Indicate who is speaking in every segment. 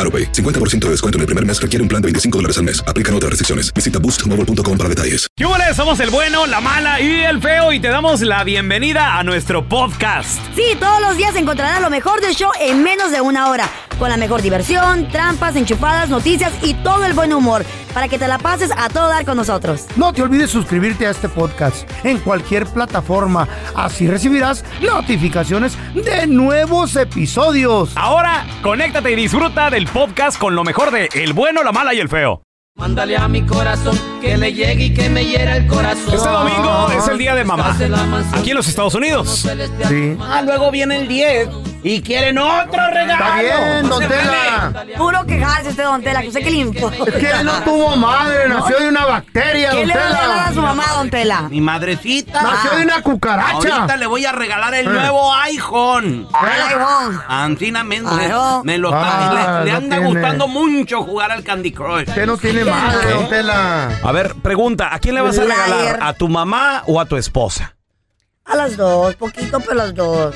Speaker 1: AroPay. 50% de descuento en el primer mes requiere un plan de 25 dólares al mes. Aplican otras restricciones. Visita boostmobile.com para detalles.
Speaker 2: ¿Qué hubo, le? Somos el bueno, la mala y el feo y te damos la bienvenida a nuestro podcast.
Speaker 3: Sí, todos los días encontrarás lo mejor del show en menos de una hora. Con la mejor diversión, trampas, enchufadas, noticias y todo el buen humor. Para que te la pases a todo dar con nosotros.
Speaker 4: No te olvides suscribirte a este podcast en cualquier plataforma. Así recibirás notificaciones de nuevos episodios.
Speaker 2: Ahora, conéctate y disfruta del podcast con lo mejor de El bueno, la mala y el feo.
Speaker 5: Mándale a mi corazón que le llegue y que me hiera el corazón.
Speaker 2: Este domingo es el día de mamá. Aquí en los Estados Unidos.
Speaker 4: Sí.
Speaker 5: Ah, luego viene el 10 y quieren otro regalo.
Speaker 4: Está bien, don
Speaker 5: Se
Speaker 4: Tela.
Speaker 5: vale.
Speaker 3: Puro quejarse usted, don Tela, que usted qué le importa.
Speaker 4: Es que no tuvo madre, nació de una bacteria,
Speaker 3: ¿Qué
Speaker 4: don
Speaker 3: le va a regalar a su
Speaker 4: Tela.
Speaker 3: mamá, don Tela?
Speaker 5: Mi madrecita.
Speaker 4: Nació de una
Speaker 5: Ahorita
Speaker 4: cucaracha. Eh.
Speaker 5: le voy a regalar el nuevo iPhone.
Speaker 3: Ay, hijo.
Speaker 5: Ancina Méndez.
Speaker 3: Claro.
Speaker 5: Me lo
Speaker 4: Ah,
Speaker 5: le, le
Speaker 4: lo
Speaker 5: anda
Speaker 4: tiene.
Speaker 5: gustando mucho jugar al Candy Crush.
Speaker 4: Usted no tiene ¿eh? madre, don Tela.
Speaker 2: A ver, pregunta, ¿a quién le vas a
Speaker 3: Liar.
Speaker 2: regalar? ¿A tu mamá o a tu esposa?
Speaker 3: A las dos, poquito, pero a las dos.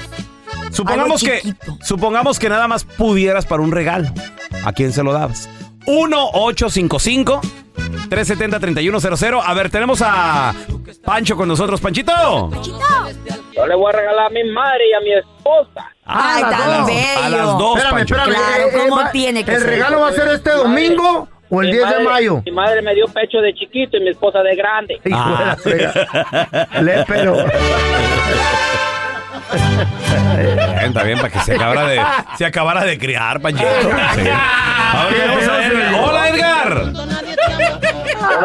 Speaker 2: Supongamos
Speaker 3: Algo
Speaker 2: que
Speaker 3: chiquito.
Speaker 2: supongamos que nada más pudieras para un regalo. ¿A quién se lo dabas? 1 855 370 3100. A ver, tenemos a Pancho con nosotros, Panchito.
Speaker 6: Yo le voy a regalar a mi madre y a mi esposa.
Speaker 2: Ah,
Speaker 3: Ay,
Speaker 4: a las
Speaker 3: tan
Speaker 4: dos.
Speaker 3: bello.
Speaker 2: A las dos,
Speaker 4: Espérame,
Speaker 2: Pancho.
Speaker 4: espérame.
Speaker 3: Claro, ¿cómo tiene que
Speaker 4: ¿El
Speaker 3: ser?
Speaker 4: regalo va a ser este domingo o el
Speaker 6: Mi
Speaker 4: 10 de
Speaker 6: madre-
Speaker 4: mayo?
Speaker 5: Ah.
Speaker 6: Mi madre me dio pecho de chiquito y mi esposa de grande.
Speaker 4: Hijo de
Speaker 3: Ah.
Speaker 4: la frega. Le pero.
Speaker 2: Bien, está bien, para que se acabara de, se acabara de criar, Panchito. Sí. A ver, tenemos a Edgar. Hola, Edgar.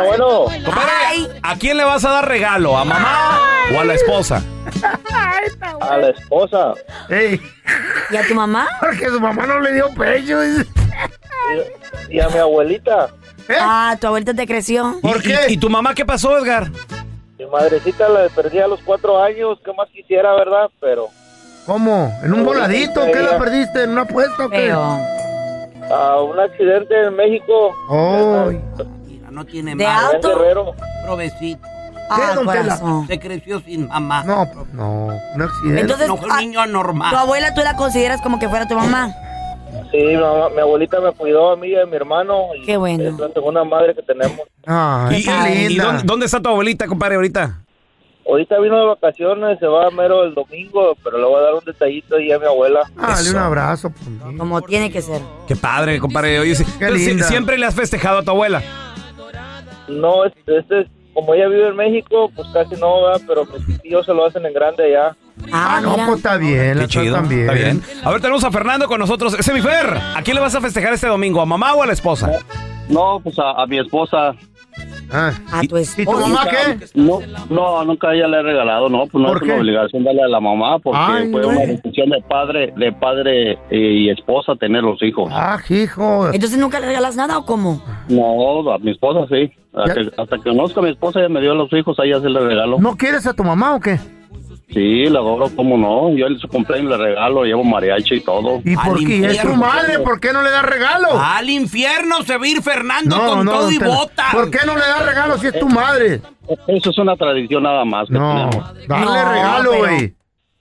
Speaker 6: Bueno, bueno,
Speaker 3: Ay,
Speaker 2: ¿A quién le vas a dar regalo? ¿A mamá o a la esposa?
Speaker 6: a la esposa.
Speaker 4: Ey,
Speaker 3: ¿y a tu mamá?
Speaker 4: porque su mamá no le dio pecho. dice.
Speaker 6: Y, y a mi abuelita.
Speaker 4: ¿Eh?
Speaker 3: Ah, tu abuelita te creció.
Speaker 4: ¿Por
Speaker 2: ¿Y-
Speaker 4: qué?
Speaker 2: ¿Y, y tu mamá qué pasó, Edgar?
Speaker 6: Mi madrecita la perdí a los cuatro años. ¿Qué más quisiera, verdad? Pero
Speaker 4: ¿Cómo? ¿En un voladito? ¿Qué la perdiste? ¿En una apuesta o qué?
Speaker 3: Pero
Speaker 6: a un accidente en México.
Speaker 4: Ay.
Speaker 5: Mira, no tiene
Speaker 3: ¿De
Speaker 5: madre.
Speaker 6: en
Speaker 3: auto?
Speaker 6: Guerrero.
Speaker 5: Provecito.
Speaker 3: Ah,
Speaker 4: don Tela?
Speaker 3: corazón.
Speaker 5: Se creció sin mamá.
Speaker 4: No, pues, no, un accidente.
Speaker 3: Entonces,
Speaker 5: No fue
Speaker 3: ah,
Speaker 5: un niño
Speaker 3: tu
Speaker 5: normal.
Speaker 3: abuela tú la consideras como que fuera tu mamá.
Speaker 6: Sí, mi, mamá- mi abuelita me cuidó a mí y a mi hermano. Y
Speaker 3: Qué bueno.
Speaker 6: Es la segunda madre que tenemos.
Speaker 4: Ay,
Speaker 2: ¿Y,
Speaker 4: qué
Speaker 2: y- y
Speaker 4: linda.
Speaker 2: dónde, dónde está tu abuelita, compadre, ahorita?
Speaker 6: Ahorita vino de vacaciones, se va mero el domingo, pero le voy a dar un detallito ahí a mi abuela.
Speaker 4: Ah, Dale un abrazo. pues. por mí.
Speaker 3: Como tiene que ser.
Speaker 2: Qué padre, compadre. Oye, sí. Entonces, sí,
Speaker 4: linda.
Speaker 2: siempre le has festejado a tu abuela.
Speaker 6: No, este, este, como ella vive en México, pues casi no, ¿verdad? pero mis tíos se lo hacen en grande allá.
Speaker 3: Ah,
Speaker 4: Ah, no,
Speaker 3: mira.
Speaker 4: pues está bien,
Speaker 2: Qué
Speaker 4: la
Speaker 2: chido.
Speaker 4: tratan bien.
Speaker 2: Está bien. A ver, tenemos a Fernando con nosotros. Semifer, ¿a quién le vas a festejar este domingo? ¿A mamá o a la esposa?
Speaker 6: No, pues a, a mi esposa.
Speaker 4: Ah.
Speaker 3: A tu
Speaker 4: ¿Y tu
Speaker 3: esposa.
Speaker 4: mamá qué?
Speaker 6: No, no, nunca ella le he regalado, no, pues no
Speaker 4: ¿Por
Speaker 6: es
Speaker 4: qué?
Speaker 6: una obligación darle a la mamá, porque
Speaker 4: Ay,
Speaker 6: fue
Speaker 4: no.
Speaker 6: una decisión de padre, de padre eh, y esposa tener los hijos.
Speaker 4: Ah, hijo.
Speaker 3: Entonces nunca le regalas nada o cómo?
Speaker 6: No, a mi esposa sí. Hasta,
Speaker 4: Ya-
Speaker 6: que- hasta que conozco a mi esposa, ella me dio los hijos, a ella se le regalo.
Speaker 4: ¿No quieres a tu mamá o qué?
Speaker 7: Sí, la adoro, cómo no. Yo en su cumpleaños le regalo, llevo mariachi y todo.
Speaker 4: ¿Y por qué es tu madre? ¿Por qué no le das regalo?
Speaker 2: Al infierno se va a ir Fernando
Speaker 4: No,
Speaker 2: con
Speaker 4: no,
Speaker 2: todo y
Speaker 4: te la-
Speaker 2: bota.
Speaker 4: ¿Por qué no le das regalo si es tu madre?
Speaker 7: Eso es una tradición nada más. que
Speaker 4: No,
Speaker 7: tenemos.
Speaker 4: dale
Speaker 2: No,
Speaker 4: regalo,
Speaker 2: pero-
Speaker 4: güey.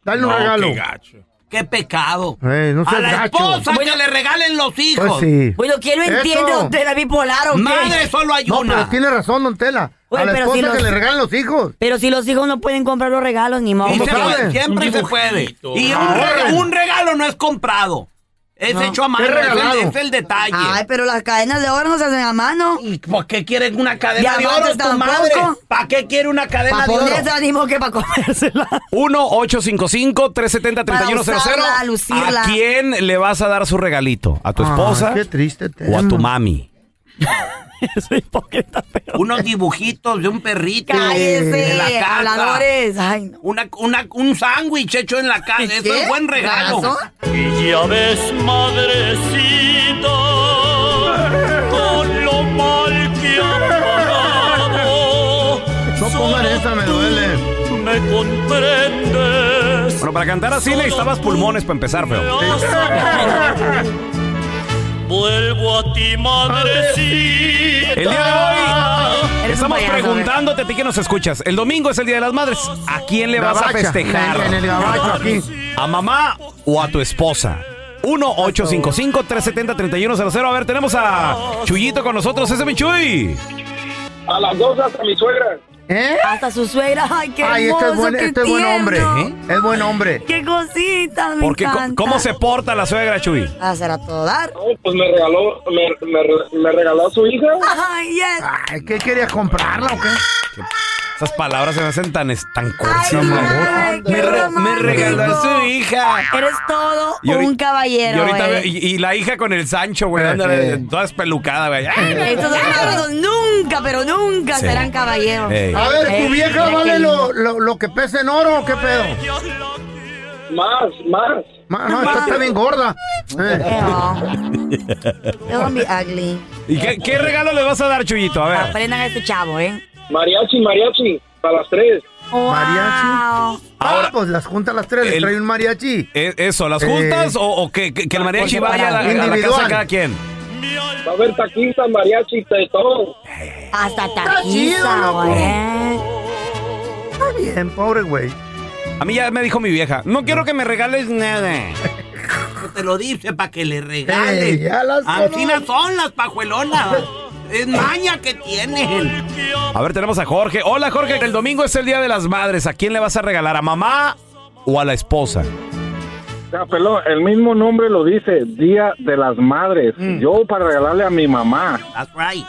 Speaker 4: Dale un
Speaker 2: No,
Speaker 4: regalo.
Speaker 2: qué gacho. Qué pecado.
Speaker 4: Ey, no
Speaker 2: a
Speaker 4: seas
Speaker 2: la
Speaker 4: gacho.
Speaker 2: esposa que le regalen los hijos.
Speaker 4: Pues sí.
Speaker 3: Bueno, que no
Speaker 4: Eso.
Speaker 3: entiendo de la bipolar o qué?
Speaker 2: Madre, solo hay
Speaker 4: No,
Speaker 2: una.
Speaker 4: pero tiene razón, don Tela.
Speaker 3: Oye,
Speaker 4: a la
Speaker 3: pero
Speaker 4: esposa
Speaker 3: si los-
Speaker 4: que le regalan los hijos.
Speaker 3: Pero si los hijos no pueden comprar los regalos, ni modo.
Speaker 2: Y se
Speaker 4: sabe?
Speaker 2: puede, siempre se puede. Y un,
Speaker 4: Ahorren.
Speaker 2: regalo, un regalo no es comprado. Es hecho a mano.
Speaker 4: Es
Speaker 2: Es
Speaker 4: regalado.
Speaker 2: el, es el detalle.
Speaker 3: Ay, pero las cadenas de oro no se hacen a mano.
Speaker 2: ¿Y ¿Por qué quieren una cadena de oro
Speaker 3: Diamantes
Speaker 2: tu
Speaker 3: tampoco.
Speaker 2: madre? ¿Para qué quiere una cadena
Speaker 3: Para
Speaker 2: de oro?
Speaker 3: ponerse ánimo que para comérsela.
Speaker 2: 1-855-370-3100.
Speaker 3: Para usarla, lucirla.
Speaker 2: ¿A quién eh, le vas a dar su regalito? ¿A tu
Speaker 4: Ay,
Speaker 2: esposa
Speaker 4: qué triste
Speaker 2: o a
Speaker 4: tema.
Speaker 2: tu mami?
Speaker 3: Soy hipócrita, pero.
Speaker 2: Unos dibujitos de un perrito.
Speaker 3: Cállese,
Speaker 2: de la casa.
Speaker 3: habladores. Ay, no.
Speaker 2: Una, una- un sándwich hecho en la casa. Eso
Speaker 3: ¿Qué?
Speaker 2: es buen regalo.
Speaker 3: ¿Razón?
Speaker 8: Y ya ves, madrecita, con lo mal que ha pagado.
Speaker 4: No pongan esa, me duele.
Speaker 8: Me comprendes.
Speaker 2: Bueno, para cantar así necesitabas pulmones para empezar, feo.
Speaker 8: Me has amado. Vuelvo a ti, madrecita.
Speaker 2: El día de hoy
Speaker 3: Eres un
Speaker 2: estamos
Speaker 3: payaso,
Speaker 2: preguntándote a ti que nos escuchas. El domingo es el Día de las Madres. ¿A quién le vas a
Speaker 4: Gabacha, En, en
Speaker 2: festejar?
Speaker 4: el gabacho aquí.
Speaker 2: ¿A mamá o a tu esposa? 1-855-370-3100. A ver, tenemos a Chuyito con nosotros. Ese es mi Chuy.
Speaker 6: A las dos hasta mi suegra.
Speaker 4: ¿Eh?
Speaker 3: Hasta su suegra. Ay, qué
Speaker 4: Ay,
Speaker 3: hermoso,
Speaker 4: este es buen,
Speaker 3: qué
Speaker 4: este es buen hombre.
Speaker 3: tierno.
Speaker 4: Es buen hombre.
Speaker 3: Qué cositas, me
Speaker 2: Porque, co-
Speaker 3: encanta.
Speaker 2: ¿Cómo se porta la suegra, Chuy?
Speaker 3: Hacer a todo dar.
Speaker 6: No, pues me regaló, me, me re- me regaló a su hija.
Speaker 3: Ay, yes.
Speaker 4: Ay, ¿qué querías comprarla o qué?
Speaker 2: Esas palabras se me hacen tan, es- tan cursi,
Speaker 3: Ay,
Speaker 2: amor.
Speaker 3: ay, qué
Speaker 2: Me, re- me regaló a
Speaker 3: romántico.
Speaker 2: su hija.
Speaker 3: Eres todo
Speaker 2: Y ahorita-
Speaker 3: un caballero.
Speaker 2: Y, ahorita
Speaker 3: eh.
Speaker 2: ve- y- y la hija con el Sancho, güey, anda
Speaker 4: Eh, eh.
Speaker 2: toda espelucada, güey.
Speaker 3: Estos hermanos nunca, pero nunca
Speaker 2: Sí.
Speaker 3: serán caballeros.
Speaker 2: Ey.
Speaker 4: A ver,
Speaker 3: Ey,
Speaker 4: ¿tu vieja
Speaker 3: mira
Speaker 4: vale
Speaker 3: qué
Speaker 4: lo, lo, lo que pesa en oro o qué pedo?
Speaker 6: Más, más.
Speaker 4: Ma- no, esta está bien gorda. Eh,
Speaker 3: lindo. Ew. Don't be ugly.
Speaker 2: ¿Y qué, qué regalo le vas a dar, Chuyito? A ver.
Speaker 3: Aprendan a este chavo, ¿eh?
Speaker 6: Mariachi, mariachi. A las tres.
Speaker 3: Wow.
Speaker 4: Mariachi. Ahora, pues las junta las tres, les
Speaker 2: el-
Speaker 4: trae un mariachi.
Speaker 2: ¿E- ¿Eso, las
Speaker 4: Eh.
Speaker 2: juntas o, o que, que- que el mariachi
Speaker 3: por
Speaker 2: vaya a la, a la
Speaker 4: individual.
Speaker 2: casa de cada quien?
Speaker 6: Va a haber taquita, mariachi y de todo.
Speaker 3: Hasta
Speaker 4: chido,
Speaker 3: taquiza,
Speaker 4: loco.
Speaker 3: güey.
Speaker 4: Está bien, pobre güey.
Speaker 2: A mí ya me dijo mi vieja, no quiero que me regales nada.
Speaker 5: Te lo dice para que le
Speaker 4: Ey, ya las
Speaker 5: Antinas son las pajuelonas. Es maña que tienen.
Speaker 2: A ver, tenemos a Jorge. Hola, Jorge, el domingo es el Día de las Madres. ¿A quién le vas a regalar? ¿A mamá o a la esposa?
Speaker 6: Capelón, el mismo nombre lo dice, Día de las Madres.
Speaker 4: Mm.
Speaker 6: Yo para regalarle a mi mamá.
Speaker 5: That's right.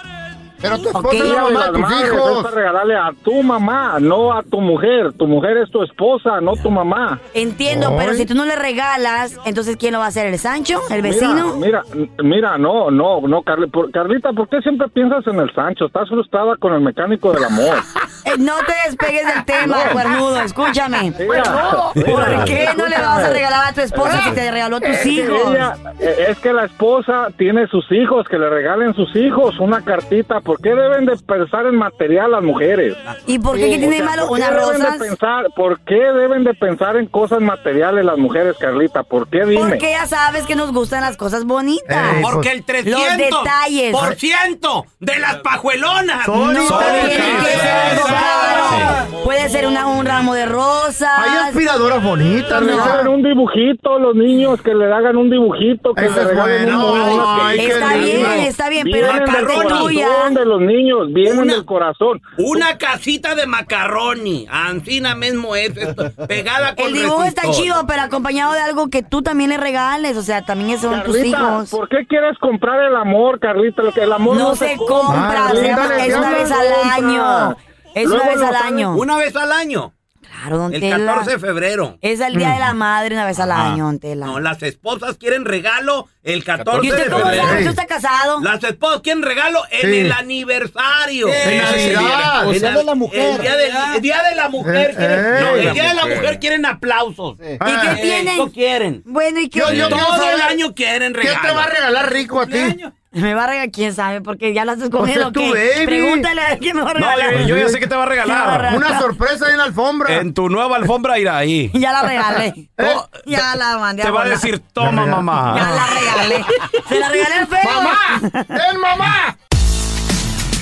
Speaker 4: Pero tu esposa
Speaker 3: Ok.
Speaker 4: es la
Speaker 6: Día de
Speaker 4: mamá de
Speaker 6: las
Speaker 4: tus
Speaker 6: Madres es
Speaker 4: hijos.
Speaker 6: para regalarle a tu mamá, no a tu mujer. Tu mujer es tu esposa, no tu mamá.
Speaker 3: Entiendo,
Speaker 4: Ay.
Speaker 3: pero si tú no le regalas, entonces ¿quién lo va a hacer? ¿El Sancho? ¿El vecino?
Speaker 6: Mira, mira, mira, no, no, no, Carli- por- Carlita, ¿por qué siempre piensas en el Sancho? Estás frustrada con el mecánico del amor.
Speaker 3: Eh, no te despegues del tema, cuernudo, escúchame.
Speaker 6: Mira,
Speaker 3: ¿Por qué no le vas a regalar a tu esposa si te regaló a tus
Speaker 6: que
Speaker 3: hijos?
Speaker 6: ella- eh, es que la esposa tiene sus hijos, que le regalen sus hijos una cartita. ¿Por qué deben de pensar en material las mujeres?
Speaker 3: ¿Y por qué? ¿Qué tiene de malo?
Speaker 6: ¿Por qué
Speaker 3: ¿Unas
Speaker 6: deben de
Speaker 3: rosas?
Speaker 6: pensar, ¿Por qué deben de pensar en cosas materiales las mujeres, Carlita? ¿Por qué dime?
Speaker 3: Porque ya sabes que nos gustan las cosas bonitas.
Speaker 4: Ey,
Speaker 5: Porque el
Speaker 4: pues,
Speaker 5: 300
Speaker 3: detalles.
Speaker 5: por ciento de las pajuelonas
Speaker 4: Son
Speaker 3: No
Speaker 4: inter-
Speaker 3: tiene que ser algo caro. Puede ser una, un ramo de
Speaker 4: Hay
Speaker 3: rosas.
Speaker 4: aspiradoras bonitas,
Speaker 6: Que le
Speaker 4: neta.
Speaker 6: hagan un dibujito, los niños, que le hagan un dibujito, que
Speaker 4: Eso
Speaker 6: le
Speaker 4: es
Speaker 6: regalen
Speaker 4: bueno.
Speaker 6: un
Speaker 4: Ay,
Speaker 6: mono, que-
Speaker 3: Está
Speaker 4: qué
Speaker 3: bien,
Speaker 4: lindo.
Speaker 3: está bien, pero
Speaker 6: Vienen
Speaker 3: el
Speaker 6: del
Speaker 3: parte tuya.
Speaker 6: corazón de los niños, vienen
Speaker 5: Una-
Speaker 6: del corazón.
Speaker 5: Una casita de macarroni. Ancina mismo es esto, pegada con
Speaker 3: El dibujo está
Speaker 5: resistor.
Speaker 3: chido, pero acompañado de algo que tú también le regales. O sea, también son tus
Speaker 6: Carlita,
Speaker 3: hijos.
Speaker 6: ¿por qué quieres comprar el amor, Carlita? Lo que el amor
Speaker 3: No se compra,
Speaker 4: Ah,
Speaker 3: se
Speaker 4: ándale,
Speaker 3: llama- es
Speaker 4: ya
Speaker 3: una
Speaker 4: no
Speaker 3: vez al
Speaker 6: compra.
Speaker 3: año. Es
Speaker 6: Luego
Speaker 3: una vez
Speaker 6: lo
Speaker 3: al
Speaker 6: saben.
Speaker 3: año.
Speaker 5: Una vez al año.
Speaker 3: Claro, don
Speaker 5: El
Speaker 3: Tela.
Speaker 5: 14 de febrero. Mm. Ah.
Speaker 3: Es el
Speaker 4: Mm.
Speaker 3: día de la madre una vez al año, don Tela.
Speaker 5: No, las esposas quieren regalo el 14
Speaker 3: ¿Y
Speaker 5: de
Speaker 3: usted cómo
Speaker 5: febrero.
Speaker 3: sabe? ¿Usted está casado?
Speaker 5: Las esposas quieren regalo en
Speaker 4: Sí.
Speaker 5: el aniversario.
Speaker 4: En Navidad.
Speaker 5: El día de la mujer. El día de, el día de la mujer.
Speaker 4: Eh,
Speaker 5: quieren,
Speaker 4: eh.
Speaker 5: no, el día de la mujer quieren aplausos.
Speaker 3: ¿Y qué
Speaker 4: Ah.
Speaker 5: Eso
Speaker 3: tienen?
Speaker 5: quieren.
Speaker 3: Bueno, ¿y qué?
Speaker 4: Yo- yo
Speaker 3: ¿Qué?
Speaker 4: quiero
Speaker 5: Todo el
Speaker 4: saber-
Speaker 5: año quieren
Speaker 4: ¿Qué
Speaker 5: regalo.
Speaker 4: te va a regalar rico a ti?
Speaker 3: Me va a regalar, quién sabe, porque ya lo haces con
Speaker 4: Pues
Speaker 3: él
Speaker 4: es
Speaker 3: o
Speaker 4: tu
Speaker 3: qué.
Speaker 4: baby.
Speaker 3: Pregúntale a él qué me va a regalar.
Speaker 2: yo ya sé que te va a regalar.
Speaker 4: Una sorpresa en la alfombra. ¿Eh?
Speaker 2: En tu nueva alfombra irá ahí.
Speaker 3: Ya la regalé. Oh, Ya la mandé
Speaker 2: Te va a
Speaker 3: volar.
Speaker 2: decir, toma mamá.
Speaker 3: Se la regalé al feo.
Speaker 4: ¡Mamá! ¡Ven, mamá!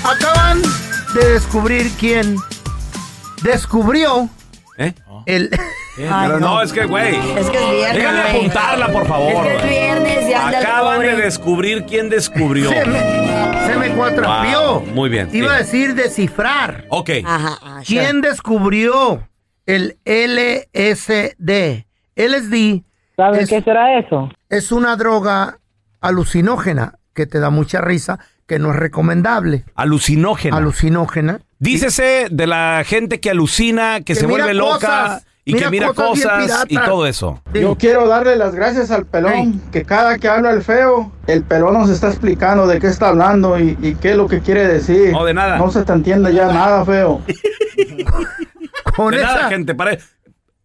Speaker 4: Acaban de descubrir quién descubrió
Speaker 2: ¿Eh?
Speaker 4: el...
Speaker 2: Ay, no, no, es que, güey.
Speaker 3: Es que es viernes,
Speaker 2: Déjame
Speaker 3: güey.
Speaker 2: apuntarla, por
Speaker 3: Es
Speaker 2: favor.
Speaker 3: que es viernes, ya anda el
Speaker 2: Acaban
Speaker 3: pobre.
Speaker 2: de descubrir quién descubrió.
Speaker 4: Se me, se me cuatrapió.
Speaker 2: Wow, muy bien.
Speaker 4: Iba a
Speaker 2: sí.
Speaker 4: decir descifrar.
Speaker 2: Ok.
Speaker 4: ¿Quién descubrió el LSD? LSD. ¿Saben qué será eso? Es una droga alucinógena que te da mucha risa, que no es recomendable.
Speaker 2: Alucinógena.
Speaker 4: Alucinógena.
Speaker 2: Dícese de la gente que alucina, que,
Speaker 4: Que
Speaker 2: se
Speaker 4: mira
Speaker 2: vuelve loca
Speaker 4: cosas,
Speaker 2: y
Speaker 4: mira
Speaker 2: que mira
Speaker 4: cosas bien
Speaker 2: cosas, y
Speaker 4: piratas.
Speaker 2: todo eso.
Speaker 9: Yo quiero darle las gracias al pelón, que cada que habla el feo, el pelón nos está explicando de qué está hablando y, y qué es lo que quiere decir. No, de nada. No se te entiende ya nada, feo.
Speaker 4: Con
Speaker 2: de nada,
Speaker 4: esa-
Speaker 2: gente. Pare...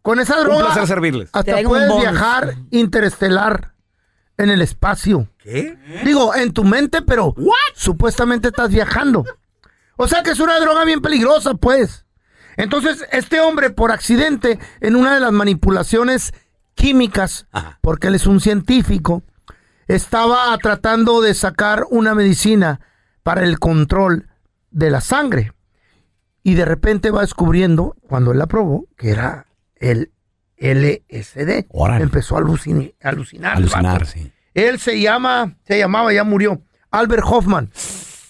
Speaker 4: Con esa
Speaker 2: Un
Speaker 4: droga.
Speaker 2: placer servirles.
Speaker 4: Hasta
Speaker 2: Traigo un
Speaker 4: puedes
Speaker 2: bonus.
Speaker 4: viajar interestelar en el espacio.
Speaker 2: ¿Qué? ¿Eh?
Speaker 4: Digo, en tu mente, pero supuestamente estás viajando. O sea que es una droga bien peligrosa, pues. Entonces, este hombre, por accidente, en una de las manipulaciones químicas, porque él es un científico, estaba tratando de sacar una medicina para el control de la sangre. Y de repente va descubriendo, cuando él la probó, que era el LSD. Empezó a alucin- a alucinar. el vato.
Speaker 2: Alucinar, sí.
Speaker 4: Él se llama, se llamaba, ya murió, Albert Hoffman.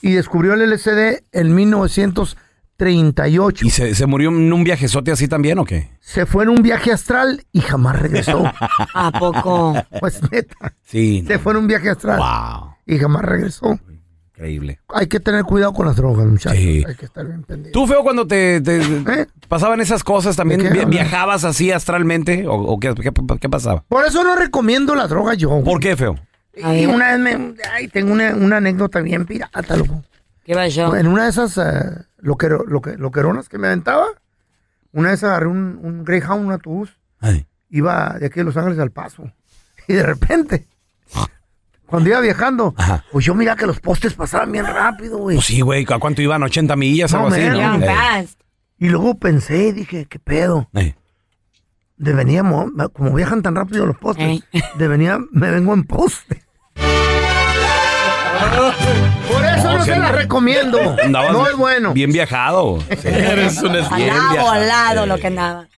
Speaker 4: Y descubrió el LSD en 1938.
Speaker 2: ¿Y se, se murió en un viajezote así también o qué?
Speaker 4: Se fue en un viaje astral y jamás regresó.
Speaker 2: ¿A poco?
Speaker 4: Pues neta.
Speaker 2: Sí, no,
Speaker 4: Se fue en un viaje astral. Y jamás regresó.
Speaker 2: increíble.
Speaker 4: Hay que tener cuidado con las drogas, muchachos.
Speaker 2: Sí.
Speaker 4: Hay que estar bien pendientes. ¿Eh?
Speaker 2: ¿Tú, Feo, cuando te, te- pasaban esas cosas también
Speaker 4: ¿De qué
Speaker 2: vi-
Speaker 4: hablas?
Speaker 2: viajabas así astralmente o, o qué, qué- qué pasaba?
Speaker 4: Por eso no recomiendo la droga yo. güey.
Speaker 2: ¿Por qué, Feo?
Speaker 4: Y una vez me. Ay, tengo una, una anécdota bien pirata, loco.
Speaker 3: ¿Qué pasó?
Speaker 4: En una de esas eh, loquero- loque- loqueronas que me aventaba, una de esas agarré un, un Greyhound, un autobús. Iba de aquí de Los Ángeles al Paso. Y de repente, cuando iba viajando, pues yo miraba que los postes pasaban bien rápido, güey.
Speaker 2: Pues sí, güey, ¿a cuánto iban? ¿80 millas
Speaker 4: No,
Speaker 2: algo así?
Speaker 4: menos.
Speaker 2: ¿no? Eh,
Speaker 4: Y luego pensé, dije, ¿qué pedo?
Speaker 2: Eh.
Speaker 4: De venía mo- como viajan tan rápido los postes, de venía, me vengo en poste. Ah, Por eso
Speaker 2: No,
Speaker 4: no,
Speaker 2: sí,
Speaker 4: se las
Speaker 2: no.
Speaker 4: recomiendo.
Speaker 2: andabas
Speaker 4: No es bueno.
Speaker 2: Bien viajado. Sí. Bien
Speaker 3: Andaba
Speaker 2: viajado.
Speaker 3: volado lo que andaba.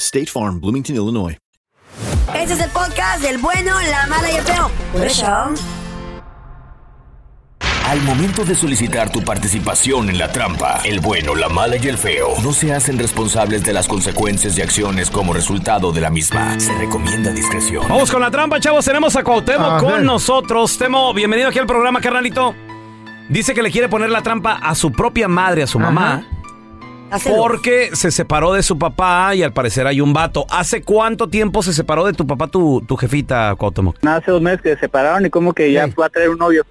Speaker 10: State Farm, Bloomington, Illinois.
Speaker 3: Ese Este es el podcast del bueno, la mala y el feo. Por eso.
Speaker 11: Al momento de solicitar tu participación en la trampa, el bueno, la mala y el feo no se hacen responsables de las consecuencias y acciones como resultado de la misma. Se recomienda discreción.
Speaker 2: Vamos con la trampa, chavos. Tenemos a Cuauhtémoc
Speaker 11: A ver.
Speaker 2: con nosotros. Temo, bienvenido aquí al programa, carnalito. Dice que le quiere poner la trampa a su propia madre, a su mamá. Porque se separó de su papá y al parecer hay un vato. ¿Hace cuánto tiempo se separó de tu papá, tu, tu jefita, Cuauhtémoc?
Speaker 12: Hace dos meses que se separaron y como que ya va a traer un novio.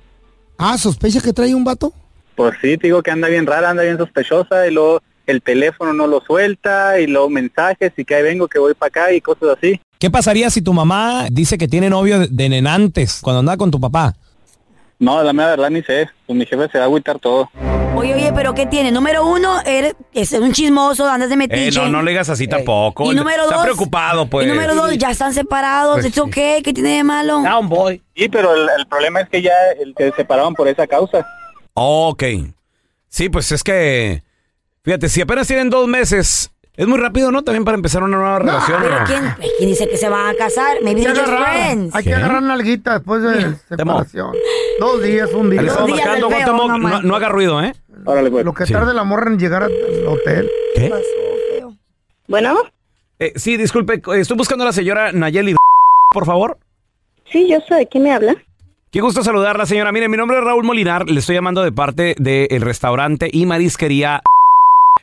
Speaker 4: Ah, ¿sospecha que trae un vato?
Speaker 12: Pues sí, te digo que anda bien rara, anda bien sospechosa y luego el teléfono no lo suelta y luego mensajes y que ahí vengo, que voy para acá y cosas así.
Speaker 13: ¿Qué pasaría si tu mamá dice que tiene novio de- de nenantes cuando andaba con tu papá?
Speaker 12: No, la mera verdad ni sé, pues mi jefe se va a agüitar todo.
Speaker 3: Oye, oye, pero ¿qué tiene? Número uno, eres es un chismoso, andas de
Speaker 2: Eh,
Speaker 3: metiche.
Speaker 2: no, no le digas así tampoco.
Speaker 3: Y número
Speaker 2: Está
Speaker 3: dos-
Speaker 2: preocupado, pues.
Speaker 3: Y número dos, ya están separados.
Speaker 2: Pues
Speaker 3: ¿It's okay? ¿Qué tiene de malo?
Speaker 2: Ah, un boy.
Speaker 12: Sí, pero el, el problema es que ya el, se separaron por esa causa.
Speaker 2: Ok. Sí, pues es que. Fíjate, si apenas tienen dos meses, es muy rápido, ¿no? También para empezar una nueva relación.
Speaker 3: Pero
Speaker 2: ¿no?
Speaker 3: ¿quién, eh, ¿quién dice que se van a casar? Maybe
Speaker 4: Ah, Hay que
Speaker 3: they're just
Speaker 4: agarrar,
Speaker 3: friends.
Speaker 4: hay que agarrar nalguita después de separación. Dos días, un día.
Speaker 2: Le estamos marcando,
Speaker 4: del feo,
Speaker 2: Guantamo,
Speaker 4: no
Speaker 2: no,
Speaker 4: manches.
Speaker 2: no haga ruido, ¿eh?
Speaker 4: Lo que tarde la morra en llegar al hotel.
Speaker 2: ¿Qué?
Speaker 14: Bueno,
Speaker 2: Eh, sí, disculpe, eh, estoy buscando a la señora Nayeli, por favor.
Speaker 14: sí, yo soy. ¿Quién me habla?
Speaker 2: Qué gusto saludarla, señora. Mire, mi nombre es Raúl Molinar. Le estoy llamando de parte del restaurante y marisquería.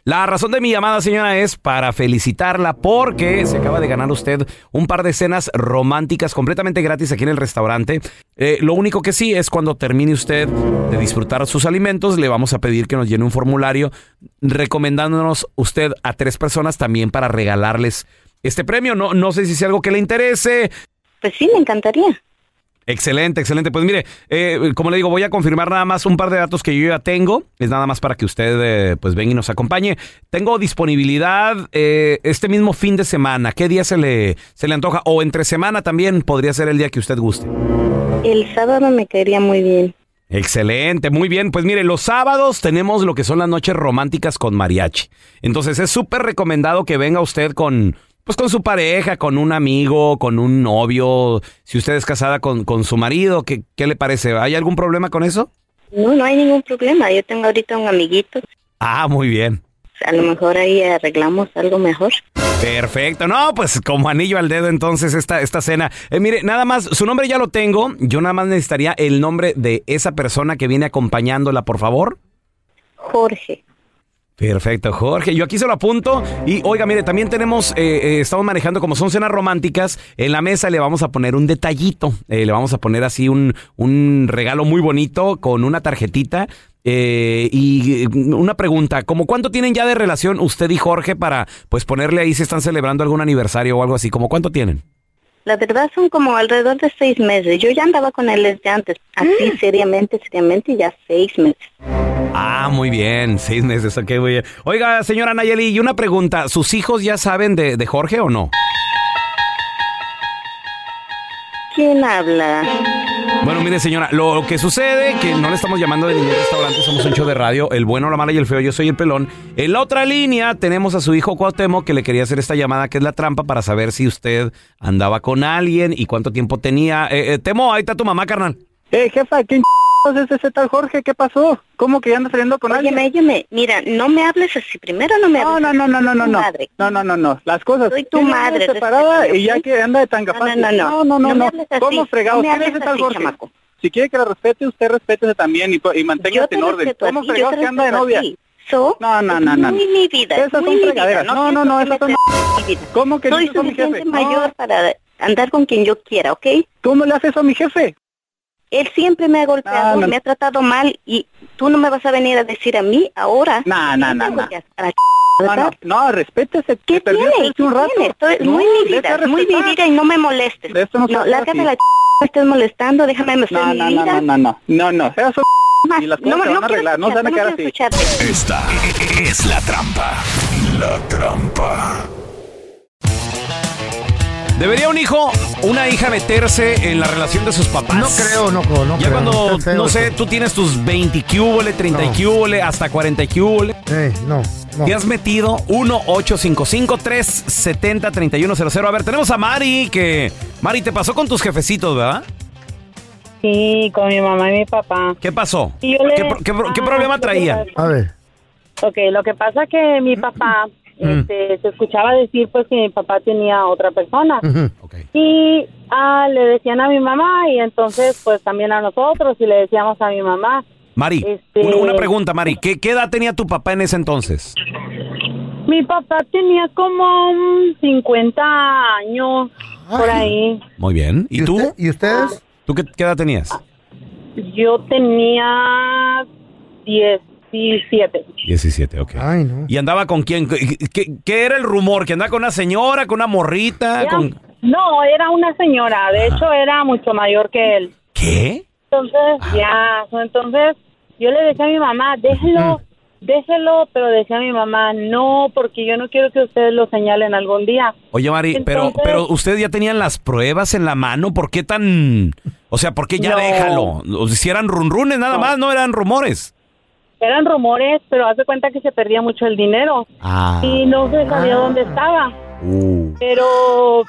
Speaker 2: La razón de mi llamada, señora, es para felicitarla porque se acaba de ganar usted un par de cenas románticas completamente gratis aquí en el restaurante. Eh, lo único que sí es cuando termine usted de disfrutar sus alimentos, le vamos a pedir que nos llene un formulario recomendándonos usted a tres personas también para regalarles este premio. No, no sé si es algo que le interese.
Speaker 14: Pues sí, me encantaría.
Speaker 2: Excelente, excelente. Pues mire, eh, como le digo, voy a confirmar nada más un par de datos que yo ya tengo. Es nada más para que usted eh, pues venga y nos acompañe. Tengo disponibilidad eh, este mismo fin de semana. ¿Qué día se le, se le antoja? O entre semana también podría ser el día que usted guste.
Speaker 14: El sábado me caería muy bien.
Speaker 2: Excelente, muy bien. Pues mire, los sábados tenemos lo que son las noches románticas con mariachi. Entonces es súper recomendado que venga usted con, pues con su pareja, con un amigo, con un novio. Si usted es casada con, con su marido, ¿qué, ¿qué le parece? ¿Hay algún problema con eso?
Speaker 14: No, no hay ningún problema. Yo tengo ahorita un amiguito.
Speaker 2: Ah, muy bien.
Speaker 14: A lo mejor ahí arreglamos algo mejor.
Speaker 2: Perfecto. No, pues como anillo al dedo entonces esta, esta cena. Eh, mire, nada más, su nombre ya lo tengo. Yo nada más necesitaría el nombre de esa persona que viene acompañándola, por favor.
Speaker 14: Jorge,
Speaker 2: Perfecto, Jorge. Yo aquí se lo apunto. Y oiga, mire, también tenemos, eh, eh, estamos manejando como son cenas románticas, en la mesa le vamos a poner un detallito. Eh, le vamos a poner así un, un regalo muy bonito con una tarjetita. eh, y eh, una pregunta, ¿como cuánto tienen ya de relación usted y Jorge para pues ponerle ahí si están celebrando algún aniversario o algo así? ¿Como cuánto tienen?
Speaker 14: la verdad son como alrededor de seis meses. Yo ya andaba con él desde antes. Así, seriamente, seriamente, ya seis meses.
Speaker 2: Ah, muy bien, seis meses, ok, muy bien. Oiga, señora Nayeli, y una pregunta, ¿sus hijos ya saben de, de Jorge o no?
Speaker 14: ¿Quién habla?
Speaker 2: Bueno, mire señora, lo que sucede, que no le estamos llamando de ningún restaurante, somos un show de radio, el bueno, la mala y el feo, yo soy el pelón. En la otra línea tenemos a su hijo Cuauhtémoc que le quería hacer esta llamada que es la trampa para saber si usted andaba con alguien y cuánto tiempo tenía. Eh, eh, Temo, ahí está tu mamá, carnal.
Speaker 12: Eh, jefa, ¿quién es ese tal Jorge? ¿Qué pasó? ¿Cómo que ya anda saliendo con
Speaker 14: Óyeme, óyeme, mira, no me hables así. Primero no me hables No, no, no, no, no,
Speaker 12: no.
Speaker 14: Madre.
Speaker 12: No, no, no, no. Las cosas.
Speaker 14: Soy tu
Speaker 12: Ella
Speaker 14: madre,
Speaker 12: anda separada
Speaker 14: respétame,
Speaker 12: y ya
Speaker 14: ¿sí?
Speaker 12: que anda de tanga
Speaker 14: No, no, no, no.
Speaker 12: no, no,
Speaker 14: No me
Speaker 12: no.
Speaker 14: hables así,
Speaker 12: ¿Cómo fregados?
Speaker 14: no me
Speaker 12: ¿Quién es
Speaker 14: hables
Speaker 12: ese tal
Speaker 14: así,
Speaker 12: Jorge?
Speaker 14: chamaco.
Speaker 12: Si quiere que la respete, usted respétese también y, po- y manténgase en orden.
Speaker 14: respeto a
Speaker 12: ¿Cómo
Speaker 14: ti, yo te
Speaker 12: fregados que anda de
Speaker 14: respeto a
Speaker 12: novia?
Speaker 14: ti. So,
Speaker 12: no, no, no, no.
Speaker 14: Muy mi vida.
Speaker 12: Esas son
Speaker 14: muy mi vida,
Speaker 12: fregaderas. No, no,
Speaker 14: quiero
Speaker 12: no,
Speaker 14: que
Speaker 12: esas
Speaker 14: me
Speaker 12: son-
Speaker 14: seas mi vida.
Speaker 12: ¿Cómo que no?
Speaker 14: Soy
Speaker 12: Esas son mi
Speaker 14: suficiente
Speaker 12: jefe.
Speaker 14: mayor para andar con quien yo quiera, ¿ok?
Speaker 12: ¿Cómo le haces a mi jefe?
Speaker 14: Él siempre me ha golpeado,
Speaker 12: No, no,
Speaker 14: me ha tratado mal y tú no me vas a venir a decir a mí ahora.
Speaker 12: No, no, no, no. No, no,
Speaker 14: ¿verdad?
Speaker 12: no, respétese. ¿Qué
Speaker 14: Tienes,
Speaker 12: un rato.
Speaker 14: tienes, tú eres
Speaker 12: No,
Speaker 14: muy mi vida,
Speaker 12: deja
Speaker 14: muy mi
Speaker 12: respetar.
Speaker 14: vida y no me molestes.
Speaker 12: De esto no se
Speaker 14: no,
Speaker 12: trata
Speaker 14: lárgate
Speaker 12: aquí.
Speaker 14: la ch... me estés molestando, déjame me
Speaker 12: No,
Speaker 14: mi
Speaker 12: no, no,
Speaker 14: vida.
Speaker 12: no, no, no. No, no, esas son
Speaker 14: Más,
Speaker 12: y las cosas
Speaker 14: no,
Speaker 12: se van
Speaker 14: no
Speaker 12: a
Speaker 14: quiero
Speaker 12: arreglar, no se van a
Speaker 14: escucharte,
Speaker 12: quedar
Speaker 14: no
Speaker 12: así.
Speaker 14: quiero escucharte.
Speaker 11: Esta es la trampa. La trampa.
Speaker 2: ¿Debería un hijo, una hija meterse en la relación de sus papás?
Speaker 4: No creo, no, no
Speaker 2: Ya
Speaker 4: creo.
Speaker 2: cuando,
Speaker 4: Está feo
Speaker 2: no sé,
Speaker 4: eso.
Speaker 2: tú tienes tus 20 cúbole, 30
Speaker 4: No.
Speaker 2: cúbole, hasta 40 cúbole.
Speaker 4: no,
Speaker 2: Te has metido 1-855-370-3100. A ver, tenemos a Mari que... Mari, te pasó con tus jefecitos, ¿verdad?
Speaker 15: Sí, con mi mamá y mi papá.
Speaker 2: ¿Qué pasó?
Speaker 15: Y yo le-
Speaker 2: ¿Qué, pro- qué pro- qué
Speaker 15: Ah,
Speaker 2: problema
Speaker 15: lo que
Speaker 2: traía?
Speaker 15: pasa- Ok, lo que pasa que
Speaker 2: Mm.
Speaker 15: mi papá este, se escuchaba decir pues que mi papá tenía otra persona. Y ah, le decían a mi mamá y entonces pues también a nosotros y le decíamos a mi mamá.
Speaker 2: Mari,
Speaker 15: Este-
Speaker 2: una, una pregunta, Mari. ¿Qué, qué edad tenía tu papá en ese entonces?
Speaker 15: Mi papá tenía como mm, 50 años por ahí.
Speaker 2: Muy bien. ¿Y, tú?
Speaker 4: ¿Y ustedes?
Speaker 2: ¿Tú qué, qué edad tenías?
Speaker 15: Yo tenía 17.
Speaker 2: 17, ok. Ay, no. ¿Y andaba con quién? ¿Qué, qué- qué era el rumor? ¿Que andaba con una señora, con una morrita?
Speaker 15: Era-
Speaker 2: Con...
Speaker 15: No, era una señora, de hecho era mucho mayor que él.
Speaker 2: ¿Qué? Ah.
Speaker 15: Entonces, ya, entonces yo le decía a mi mamá, déjelo, déjelo, pero decía mi mamá, no, porque yo no quiero que ustedes lo señalen algún día.
Speaker 2: Oye, Mari, pero,
Speaker 15: Entonces-
Speaker 2: pero ustedes ya tenían las pruebas en la mano. ¿Por qué tan...? O sea, ¿por qué ya
Speaker 15: No.
Speaker 2: déjalo? O sea, Si eran runrunes nada más, no eran rumores.
Speaker 15: Eran rumores, pero haz de cuenta que se perdía mucho el dinero
Speaker 2: Ah.
Speaker 15: y no se sabía dónde estaba.
Speaker 2: Uh.
Speaker 15: Pero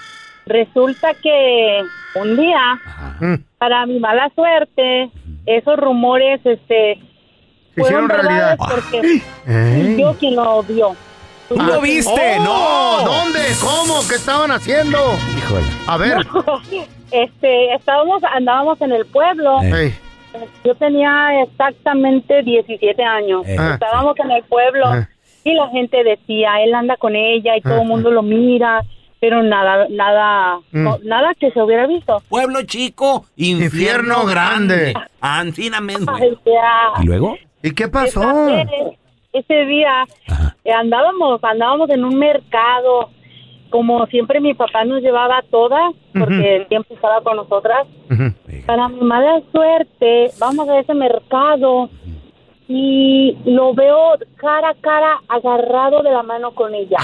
Speaker 15: resulta que un día,
Speaker 4: Mm.
Speaker 15: para mi mala suerte, esos rumores este,
Speaker 4: Se hicieron
Speaker 15: fueron verdades
Speaker 4: realidad.
Speaker 15: porque
Speaker 4: ¿Eh?
Speaker 15: fui yo quien lo vio. ¡Oh!
Speaker 4: ¿Tú
Speaker 15: Fui yo quien-
Speaker 4: ¡No! Ah. ¡Oh! ¿Dónde? ¿Cómo? ¿Qué estaban haciendo?
Speaker 2: Híjole.
Speaker 4: A ver.
Speaker 15: Este, estábamos, andábamos en el pueblo.
Speaker 2: Eh.
Speaker 4: Ey.
Speaker 15: Yo tenía exactamente 17 años.
Speaker 4: Eh.
Speaker 15: Estábamos en el pueblo
Speaker 4: Eh.
Speaker 15: y la gente decía, él anda con ella y todo el mundo lo mira, pero nada, nada,
Speaker 5: Mm.
Speaker 15: no- nada que se hubiera visto.
Speaker 5: Pueblo chico, infierno, grande. Ancina mismo.
Speaker 15: O sea,
Speaker 2: ¿Y luego?
Speaker 4: ¿Y qué
Speaker 15: Este, ah, ese- Ese día eh, andábamos, andábamos en un mercado. Como siempre mi papá nos llevaba a todas, porque
Speaker 16: Ujú.
Speaker 15: él siempre estaba con nosotras. Para mi mala suerte, vamos a ese mercado y lo veo cara a cara agarrado de la mano con ella.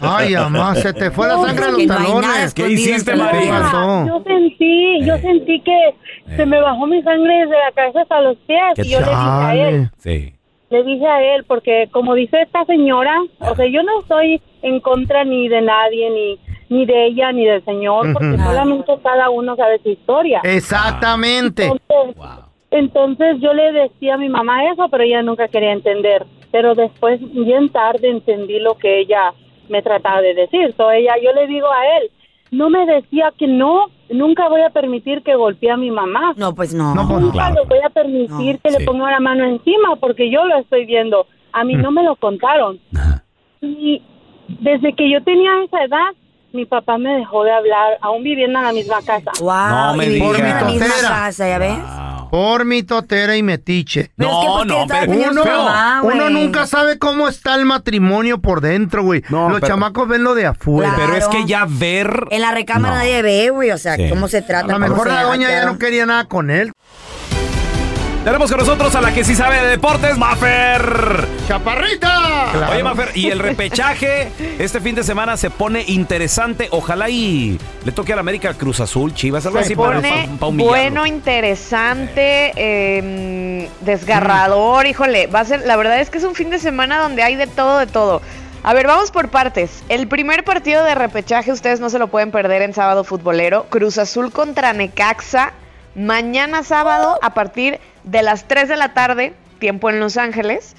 Speaker 4: Ay, mamá, se te fue la
Speaker 15: No,
Speaker 4: sangre a
Speaker 15: es
Speaker 4: los
Speaker 15: que no hay nada
Speaker 4: talones.
Speaker 15: escondido entre los
Speaker 4: Pues ¿Qué
Speaker 15: pies.
Speaker 4: pasó?
Speaker 15: Yo sentí, yo sentí que se me bajó mi sangre desde la cabeza hasta los pies. Y yo le dije a él,
Speaker 2: Sí.
Speaker 15: le dije a él, porque como dice esta señora, o sea, yo no estoy en contra ni de nadie, ni, ni de ella, ni del señor, porque
Speaker 4: Ujú.
Speaker 15: solamente cada uno sabe su historia.
Speaker 4: Exactamente.
Speaker 15: Entonces, entonces yo le decía a mi mamá eso, pero ella nunca quería entender. Pero después, bien tarde, entendí lo que ella me trataba de decir. So, ella, yo le digo a él, no me decía que no, nunca voy a permitir que golpee a mi mamá.
Speaker 3: No, pues no. No,
Speaker 15: nunca lo voy a permitir que le ponga la mano encima porque yo lo estoy viendo. A
Speaker 2: Mm.
Speaker 15: mí no me lo contaron. Y desde que yo tenía esa edad, mi papá me dejó de hablar, aún viviendo en la misma casa.
Speaker 2: No me
Speaker 4: Por mi
Speaker 2: digas.
Speaker 4: totera.
Speaker 3: ya ves.
Speaker 4: Por mi totera y metiche.
Speaker 2: Pero es que, pues, No, ¿quién no, sabe pero- quién es
Speaker 4: uno,
Speaker 2: tu mamá, güey?
Speaker 4: uno nunca sabe cómo está el matrimonio por dentro, güey. Los
Speaker 2: pero-
Speaker 4: chamacos ven lo de afuera.
Speaker 2: Pero es que ya ver...
Speaker 3: En la recámara
Speaker 4: No.
Speaker 3: nadie ve, güey, o sea,
Speaker 2: Sí.
Speaker 3: cómo se trata.
Speaker 4: A lo
Speaker 3: cómo
Speaker 4: mejor
Speaker 3: se
Speaker 4: la doña ya
Speaker 3: agacharon.
Speaker 4: no quería nada con él.
Speaker 2: Tenemos con nosotros a la que sí sabe de deportes, Mafer.
Speaker 4: ¡Chaparrita!
Speaker 2: Oye, Mafer, y el repechaje este fin de semana se pone interesante. Ojalá y le toque al América Cruz Azul, Chivas, algo así
Speaker 17: Se
Speaker 2: para,
Speaker 17: pone
Speaker 2: pa- pa humillarlo.
Speaker 17: bueno, interesante, eh, desgarrador, híjole, va a ser, la verdad es que es un fin de semana donde hay de todo, de todo. A ver, vamos por partes. El primer partido de repechaje, ustedes no se lo pueden perder en sábado futbolero, Cruz Azul contra Necaxa, mañana sábado a partir de las 3 de la tarde, tiempo en Los Ángeles.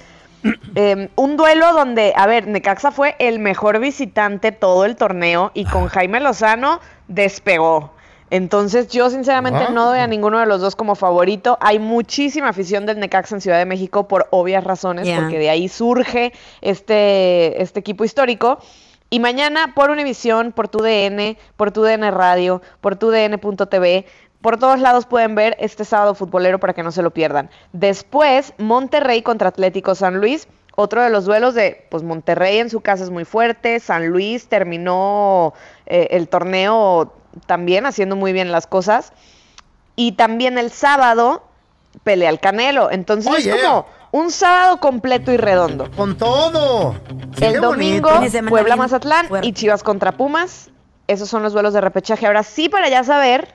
Speaker 17: Eh, un duelo donde, a ver, Necaxa fue el mejor visitante todo el torneo y con Jaime Lozano despegó. Entonces yo sinceramente
Speaker 15: Ah.
Speaker 17: no doy a ninguno de los dos como favorito. Hay muchísima afición del Necaxa en Ciudad de México por obvias razones,
Speaker 15: Ya.
Speaker 17: porque de ahí surge este, este equipo histórico. Y mañana por Univisión, por TUDN, por TUDN Radio, por TUDN.tv, por todos lados pueden ver este sábado futbolero para que no se lo pierdan. Después, Monterrey contra Atlético San Luis. Otro de los duelos de, pues Monterrey en su casa es muy fuerte, San Luis terminó eh, el torneo también haciendo muy bien las cosas. Y también el sábado pelea el Canelo. Entonces
Speaker 4: Oye.
Speaker 17: es como un sábado completo y redondo.
Speaker 4: Oh, Con todo.
Speaker 17: El
Speaker 4: Qué bonito.
Speaker 17: domingo,
Speaker 4: Fin de semana
Speaker 17: Puebla
Speaker 4: bien
Speaker 17: Mazatlán y Chivas contra Pumas. Esos son los duelos de repechaje. Ahora sí, para ya saber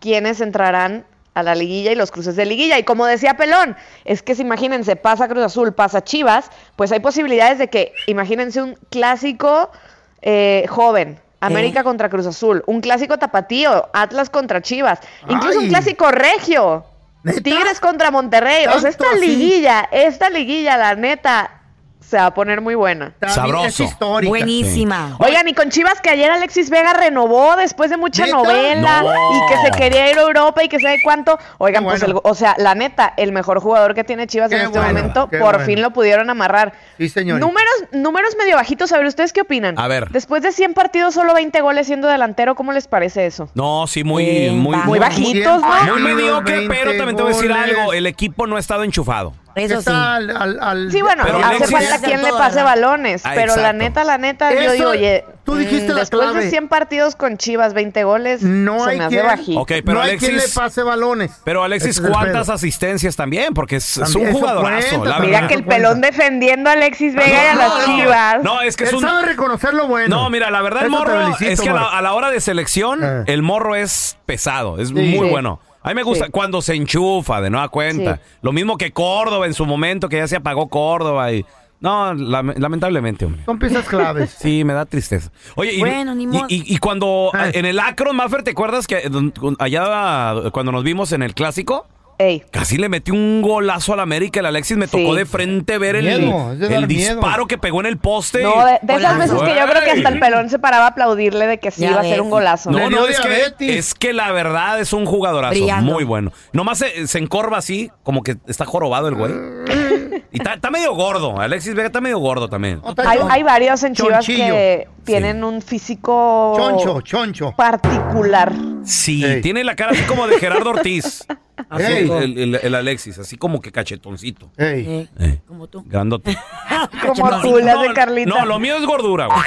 Speaker 17: quiénes entrarán a la liguilla y los cruces de liguilla. Y como decía Pelón, es que si imagínense, pasa Cruz Azul, pasa Chivas, pues hay posibilidades de que, imagínense un clásico eh, joven. América contra Cruz Azul, un clásico tapatío, Atlas contra Chivas, incluso un
Speaker 15: Ay.
Speaker 17: clásico regio, Tigres contra Monterrey. O sea, esta
Speaker 15: ¿Tanto así?
Speaker 17: liguilla, esta liguilla, la neta, se va a poner muy buena.
Speaker 2: Sabroso. es histórica.
Speaker 3: Buenísima.
Speaker 17: Oigan, y con Chivas que ayer Alexis Vega renovó después de mucha novela
Speaker 2: No.
Speaker 17: y que se quería ir a Europa y que sabe cuánto. Oigan, pues, el- o sea, la neta, el mejor jugador que tiene Chivas en este
Speaker 4: bueno,
Speaker 17: momento,
Speaker 4: qué
Speaker 17: por
Speaker 4: bueno.
Speaker 17: fin lo pudieron amarrar.
Speaker 4: Sí, señor.
Speaker 17: Números, números medio bajitos, a ver, ¿ustedes qué opinan?
Speaker 2: A ver.
Speaker 17: Después de 100 partidos, solo 20 goles siendo delantero, ¿cómo les parece eso?
Speaker 2: No, sí, muy, muy,
Speaker 17: Eh, Muy bajitos, ¿no?
Speaker 2: Muy mediocre,
Speaker 4: 20
Speaker 2: pero también te voy a decir
Speaker 4: goles.
Speaker 2: algo. El equipo no ha estado enchufado.
Speaker 17: Pues,
Speaker 4: Está al- al- al-
Speaker 17: Sí, bueno,
Speaker 2: Pero
Speaker 17: hace
Speaker 2: Alexis-
Speaker 17: falta quien le
Speaker 4: Todo,
Speaker 17: pase
Speaker 4: ¿verdad?
Speaker 17: balones,
Speaker 2: Ah,
Speaker 17: pero la
Speaker 2: exacto.
Speaker 17: neta, la neta,
Speaker 4: Eso,
Speaker 17: yo digo, oye,
Speaker 4: tú dijiste
Speaker 17: mm,
Speaker 4: la
Speaker 17: después
Speaker 4: clave.
Speaker 17: de 100 partidos con Chivas, 20 goles,
Speaker 4: No
Speaker 17: se
Speaker 4: hay
Speaker 17: me hace
Speaker 4: quien-
Speaker 17: bajito.
Speaker 2: Ok, pero
Speaker 4: no hay
Speaker 2: Alexis-
Speaker 4: quien le pase balones.
Speaker 2: Pero Alexis,
Speaker 4: Ese es el
Speaker 2: ¿cuántas
Speaker 4: pedo.
Speaker 2: asistencias también? Porque es, es
Speaker 4: También,
Speaker 2: un
Speaker 4: eso
Speaker 2: jugadorazo. la
Speaker 4: cuenta, también.
Speaker 2: verdad. Ah,
Speaker 17: Mira que el pelón defendiendo a Alexis Vega y a
Speaker 2: No,
Speaker 17: las
Speaker 2: no,
Speaker 17: Chivas.
Speaker 2: No, es que es
Speaker 4: Él
Speaker 2: un...
Speaker 4: sabe reconocer lo bueno.
Speaker 2: No, mira, la verdad, el
Speaker 4: Eso te
Speaker 2: morro
Speaker 4: felicito,
Speaker 2: es que a la,
Speaker 4: Marco.
Speaker 2: a la hora de selección, el morro es pesado, es muy
Speaker 4: Sí.
Speaker 2: bueno. A mí me gusta
Speaker 4: Sí.
Speaker 2: cuando se enchufa, de nueva cuenta.
Speaker 4: Sí.
Speaker 2: Lo mismo que Córdoba en su momento, que ya se apagó Córdoba y... No, lame- lamentablemente, hombre.
Speaker 4: Son piezas claves.
Speaker 2: Sí, me da tristeza. Oye, y,
Speaker 4: Bueno, ni
Speaker 2: y-
Speaker 4: modo.
Speaker 2: y- y cuando
Speaker 4: Ah.
Speaker 2: a- en el Akron, Maffer, ¿te acuerdas que eh, don- con- allá cuando nos vimos en el clásico?
Speaker 17: Ey.
Speaker 2: Casi le metí un golazo al América. El Alexis me tocó de frente ver el,
Speaker 4: Miedo, es de dar
Speaker 2: el
Speaker 4: miedo.
Speaker 2: disparo que pegó en el poste.
Speaker 17: No, de, de esas
Speaker 2: Golazo.
Speaker 17: veces que yo creo que hasta el
Speaker 2: Güey.
Speaker 17: pelón se paraba a aplaudirle de que sí
Speaker 2: Ya
Speaker 17: iba a ser
Speaker 2: ves.
Speaker 17: un golazo.
Speaker 2: No, no, es que, es que la verdad es un jugadorazo
Speaker 17: Brillando.
Speaker 2: muy bueno. Nomás se, se encorva así, como que está jorobado el güey. y está, está medio gordo. Alexis Vega está medio gordo también.
Speaker 17: Hay, hay varios en Chivas
Speaker 2: Chonchillo.
Speaker 17: que tienen un físico
Speaker 2: Choncho,
Speaker 4: choncho.
Speaker 17: particular.
Speaker 2: Sí, tiene la cara así como de Gerardo Ortiz. Así,
Speaker 4: Ey.
Speaker 2: el, el- el Alexis, así como que cachetoncito.
Speaker 3: Como tú.
Speaker 2: Grandote.
Speaker 17: Como tú, las de Carlita.
Speaker 2: No, lo mío es gordura, güey.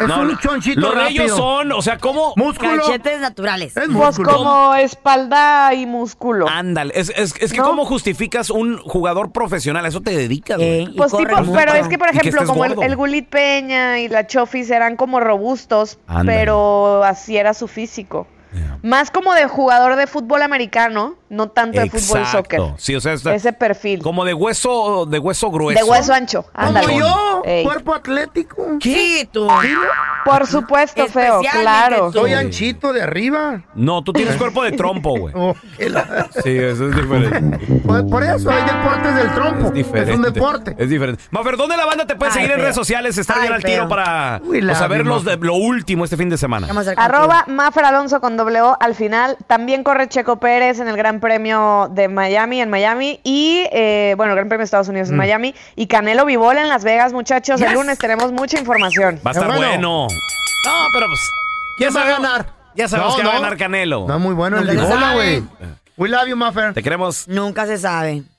Speaker 4: Es
Speaker 2: No,
Speaker 4: un
Speaker 2: lo-
Speaker 4: chonchito
Speaker 2: Los de
Speaker 4: rápido.
Speaker 2: ellos son, o sea, ¿cómo?
Speaker 3: Cachetes naturales.
Speaker 17: Pues como espalda y músculo.
Speaker 2: Ándale, es, es- es que ¿cómo justificas un jugador profesional? A eso te dedicas, güey.
Speaker 17: Pues tipo, pero es que por
Speaker 2: Y
Speaker 17: ejemplo,
Speaker 2: estés
Speaker 17: como el,
Speaker 2: gordo.
Speaker 17: el Gulit Peña y la Chofis eran como robustos,
Speaker 2: Ándale.
Speaker 17: pero así era su físico. Más como de jugador de fútbol americano, no tanto de fútbol soccer.
Speaker 2: Exacto. Sí, o sea, está-
Speaker 17: Ese perfil.
Speaker 2: Como de hueso, de hueso grueso.
Speaker 17: De hueso ancho. Ándale.
Speaker 4: yo,
Speaker 17: Ey.
Speaker 4: cuerpo atlético.
Speaker 3: Sí, tú.
Speaker 17: Por supuesto, feo, claro.
Speaker 4: Soy anchito de arriba.
Speaker 2: No, tú tienes cuerpo de trompo, güey. Sí, eso es diferente.
Speaker 4: Por, por eso hay deportes del trompo. Es,
Speaker 2: diferente.
Speaker 4: un deporte. Ah,
Speaker 2: Es diferente. Mafer, ¿dónde la banda te puede
Speaker 4: Ay,
Speaker 2: seguir en
Speaker 4: feo.
Speaker 2: redes sociales? Estar
Speaker 4: Ay,
Speaker 2: bien al
Speaker 4: feo.
Speaker 2: tiro para
Speaker 4: We
Speaker 2: o
Speaker 4: love
Speaker 2: saber
Speaker 4: you,
Speaker 2: los de- lo último este fin de semana.
Speaker 17: Arroba Mafer Alonso con doble O al final. También corre Checo Pérez en el Gran Premio de Miami, en Miami. Y, eh, bueno, el Gran Premio de Estados Unidos en
Speaker 2: Mm.
Speaker 17: Miami. Y Canelo Vivola en Las Vegas, muchachos. El lunes tenemos mucha información.
Speaker 2: Va a estar bueno. No, pero pues. Ya
Speaker 4: ¿Quién va a
Speaker 2: sabemos-
Speaker 4: ganar?
Speaker 2: Ya sabemos
Speaker 4: No,
Speaker 2: que va a
Speaker 4: no.
Speaker 2: ganar Canelo.
Speaker 4: No, muy bueno el
Speaker 2: Nunca se
Speaker 4: Libola,
Speaker 2: sabe.
Speaker 4: güey. We love you, Maffer.
Speaker 2: Te queremos.
Speaker 3: Nunca se sabe.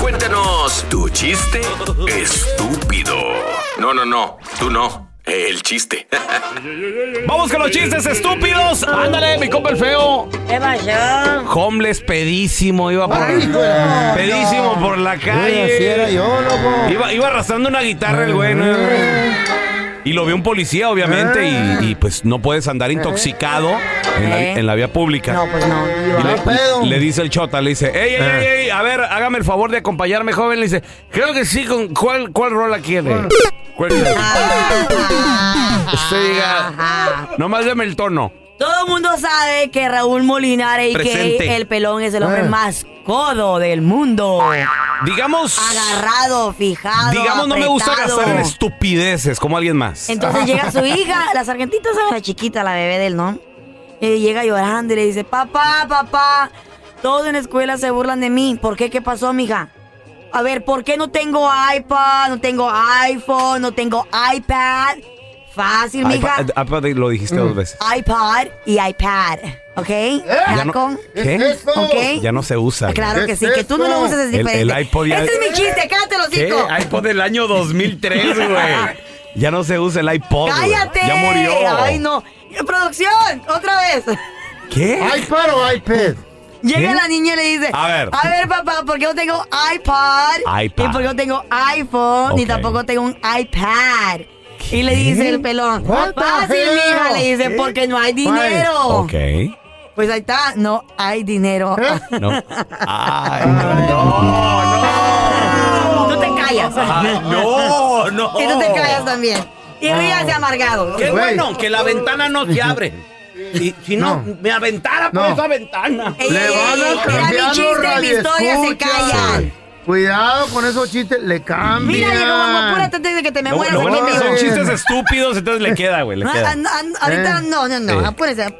Speaker 10: Cuéntanos tu chiste estúpido. No, no, no. Tú no. El chiste.
Speaker 2: Vamos con los chistes estúpidos. Ándale, mi compa el feo.
Speaker 3: ¿Qué pasó?
Speaker 2: Homeless pedísimo, iba por pedísimo por la calle.
Speaker 4: Uy, así era yo, loco.
Speaker 2: Iba, iba arrastrando una guitarra el güey. ¿no? Y lo vio un policía, obviamente, y, y, pues no puedes andar intoxicado en la, en la vía pública.
Speaker 3: No, pues no.
Speaker 2: Y le, le dice el chota, le dice, ey, ey, ey, ey, a ver, hágame el favor de acompañarme, joven. Le dice, creo que sí, ¿con cuál, cuál rola quiere?
Speaker 18: Cuéntame. Usted diga, nomás deme el tono.
Speaker 3: Todo el mundo sabe que Raúl Molina, a.k.a.
Speaker 18: Presente.
Speaker 3: El Pelón, es el hombre
Speaker 4: Eh.
Speaker 3: más codo del mundo.
Speaker 2: Digamos.
Speaker 3: Agarrado, fijado,
Speaker 2: Digamos, no me gusta
Speaker 3: apretado.
Speaker 2: gastar en estupideces como alguien más.
Speaker 3: Entonces llega su hija, la sargentita, ¿sabes? La chiquita, la bebé del ¿no? Y llega llorando y le dice, papá, papá, todos en la escuela se burlan de mí. ¿Por qué? ¿Qué pasó, mija? A ver, ¿por qué no tengo iPad, no tengo iPhone, no tengo iPad? Fácil, mija. Mm.
Speaker 2: iPad- iPad eh, ah, lo dijiste dos veces.
Speaker 3: iPad y iPad, ¿ok? Ya
Speaker 2: eh, Ya no-
Speaker 3: con-
Speaker 2: ¿Qué?
Speaker 3: ¿Ok.
Speaker 2: Ya no se usa.
Speaker 3: Claro
Speaker 2: güey.
Speaker 3: que sí, que tú no lo usas es
Speaker 2: El-
Speaker 3: diferente.
Speaker 2: el iPod ya- eh,
Speaker 3: Ese es mi chiste, cállate los
Speaker 2: ¿Qué?
Speaker 3: hocico.
Speaker 2: iPod del año 2003, güey. Ya no se usa el iPod. güey.
Speaker 3: ¡Cállate!
Speaker 2: Ya murió.
Speaker 3: ¡Ay, no! ¡Producción! ¡Otra vez!
Speaker 2: ¿Qué?
Speaker 4: ¿iPad o iPad?
Speaker 3: Llega
Speaker 4: ¿Qué?
Speaker 3: la niña y le dice:
Speaker 4: A ver.
Speaker 3: A ver, papá, ¿por qué no tengo iPad?
Speaker 4: iPad.
Speaker 3: Y por qué no tengo iPhone, ni tampoco tengo un iPad. Y le dice el pelón:
Speaker 8: What the
Speaker 3: Fácil,
Speaker 8: hell?
Speaker 3: mija, le dice:
Speaker 8: ¿Qué?
Speaker 3: Porque no hay dinero.
Speaker 2: Ok.
Speaker 3: Pues ahí está, no hay dinero.
Speaker 2: No. Ay,
Speaker 3: Tú te callas.
Speaker 2: Ay, no, no.
Speaker 3: Y tú te callas también. Y ríase amargado.
Speaker 5: Qué bueno que la ventana no se abre. Si, si no, me aventara por
Speaker 3: No.
Speaker 2: pues,
Speaker 5: esa ventana.
Speaker 3: Ey, Le ey, van a ey, cambiar mira mi chiste, los mi historia, se radioescuchas. callan.
Speaker 4: Cuidado con esos chistes, le cambian.
Speaker 3: Mira, Diego, mamá, apúrate antes de que te me
Speaker 2: Lo,
Speaker 3: mueras
Speaker 2: lo
Speaker 3: aquí
Speaker 2: bueno
Speaker 3: en
Speaker 2: es que
Speaker 3: vivo.
Speaker 2: son chistes estúpidos, entonces le queda, güey. Le
Speaker 3: Ah,
Speaker 2: queda.
Speaker 3: ah, ah, ahorita
Speaker 2: Eh.
Speaker 3: no, no, no,
Speaker 2: Sí.
Speaker 3: apúrese.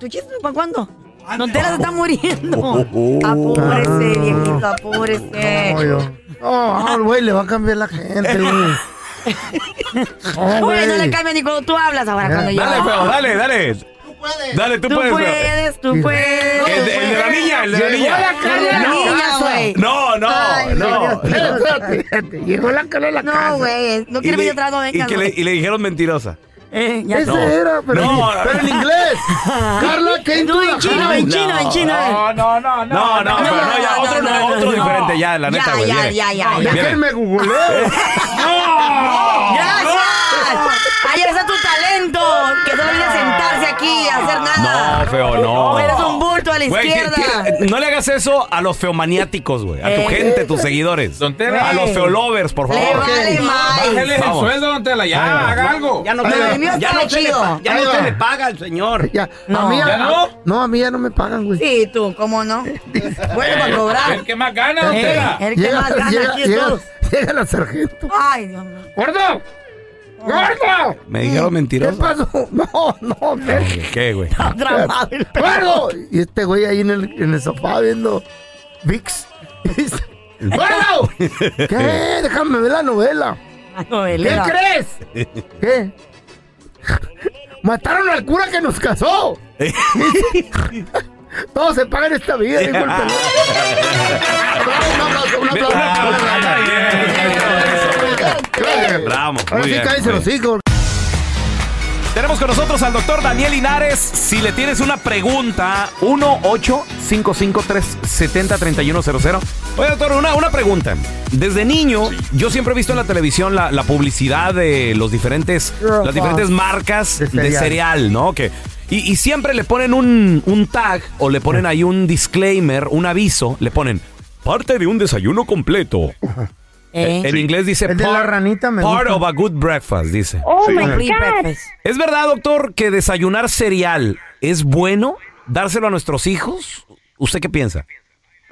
Speaker 3: ¿Tu chiste para cuándo? Don Tela se está
Speaker 4: Oh,
Speaker 3: muriendo. Apúrese, viejito, apúrese.
Speaker 4: Ah. No, yo- No, al güey, le va a cambiar la gente, güey. No,
Speaker 3: Oye, no
Speaker 4: Ah, güey. Eh.
Speaker 3: le cambia ni cuando tú hablas ahora, cuando yo.
Speaker 2: Dale, feo, dale, dale. Tú puedes. Dale, tú,
Speaker 3: Tú
Speaker 2: puedes. feo.
Speaker 3: puedes, tú puedes.
Speaker 2: El de, el de la niña, el de la
Speaker 8: Llegó
Speaker 2: niña.
Speaker 8: la cara de la
Speaker 2: no,
Speaker 8: niña, güey.
Speaker 2: no, no,
Speaker 8: Ay,
Speaker 2: no.
Speaker 4: Llegó la cara de la
Speaker 3: casa. No, güey, no quiere
Speaker 2: Y le-
Speaker 3: venir atrás, no
Speaker 2: y,
Speaker 3: vengas.
Speaker 2: que le,
Speaker 3: güey.
Speaker 2: y le dijeron mentirosa.
Speaker 3: Eh, ya
Speaker 4: Ese
Speaker 2: No.
Speaker 4: era, pero,
Speaker 2: No.
Speaker 4: pero en inglés. Carla, ¿qué
Speaker 3: Tú en chino, en chino, en chino. eh.
Speaker 4: no, no,
Speaker 2: No, no, pero no, ya, otro, no, otro diferente, ya, la
Speaker 3: Ya,
Speaker 2: neta, güey.
Speaker 3: ya,
Speaker 2: viene.
Speaker 3: ya, ya,
Speaker 2: Viene.
Speaker 3: ya.
Speaker 4: Déjenme googlear.
Speaker 3: ¡Gracias! Ahí está tu talento, que solo viene a sentarse aquí a hacer nada.
Speaker 2: No, feo, no.
Speaker 3: Eres un bulto a la
Speaker 2: Oh. Güey,
Speaker 3: izquierda.
Speaker 2: ¿qué- qué- no le hagas eso a los feomaniáticos, güey. A tu
Speaker 3: Eh.
Speaker 2: gente, tus seguidores.
Speaker 19: Tela.
Speaker 2: A los
Speaker 19: Güey.
Speaker 2: feolovers, por favor.
Speaker 19: vale más. Bájale el
Speaker 2: Vamos.
Speaker 19: sueldo, don Tela, ya,
Speaker 2: Ahí va.
Speaker 19: haga algo.
Speaker 5: Ya no,
Speaker 4: Ahí
Speaker 5: se,
Speaker 4: va.
Speaker 5: le- ya no se le, pa- ya
Speaker 4: Ahí
Speaker 5: no
Speaker 4: va.
Speaker 5: se le paga al señor.
Speaker 4: Ya,
Speaker 5: No.
Speaker 4: a mí ya,
Speaker 5: ¿Ya no?
Speaker 4: no, a mí ya no me pagan, güey.
Speaker 3: Sí, tú, ¿cómo no? Bueno, para cobrar.
Speaker 19: El que más gana, don
Speaker 4: Eh,
Speaker 19: Tela.
Speaker 3: el que más gana
Speaker 4: llega,
Speaker 3: aquí es
Speaker 4: llega,
Speaker 3: todo.
Speaker 4: llega la sargento.
Speaker 3: Ay, Dios mío. Oh.
Speaker 4: ¡Gordo! ¡Gordo!
Speaker 2: Me dijeron
Speaker 4: ¿Qué
Speaker 2: mentirosa.
Speaker 4: pasó? No, no, me...
Speaker 2: ¿Qué, güey?
Speaker 3: Tramado el perro.
Speaker 4: ¡Gordo! Y este güey ahí en el, en el sofá viendo VIX. ¡Gordo! ¿Qué? Déjame ver la novela.
Speaker 3: La novelera.
Speaker 4: ¿Qué crees? ¿Qué? Mataron al cura que nos casó. Todos se pagan esta vida, dijo el pelón.
Speaker 2: Bravo, muy
Speaker 4: Ahora sí
Speaker 2: bien,
Speaker 4: cállense
Speaker 2: muy
Speaker 4: los
Speaker 2: bien.
Speaker 4: hijos.
Speaker 2: Tenemos con nosotros al doctor Daniel Linares. Si le tienes una pregunta, 1 855 370 3100 Oye, doctor, una, una pregunta. Desde niño, yo siempre he visto en la televisión la, la publicidad de los diferentes,
Speaker 13: Girl
Speaker 2: las diferentes
Speaker 13: Boss.
Speaker 2: marcas de cereal,
Speaker 13: cereal.
Speaker 2: ¿no? Que, y, y siempre le ponen un, un tag o le ponen ahí un disclaimer, un aviso. Le ponen parte de un desayuno completo. Eh, En inglés dice
Speaker 4: El de la
Speaker 2: part-
Speaker 4: ranita me
Speaker 2: part
Speaker 4: gusta.
Speaker 2: of a good breakfast, dice.
Speaker 4: Oh, Sí. my
Speaker 3: Free
Speaker 4: God.
Speaker 3: breakfast.
Speaker 2: ¿Es verdad, doctor, que desayunar cereal es bueno? ¿Dárselo a nuestros hijos? ¿Usted qué piensa?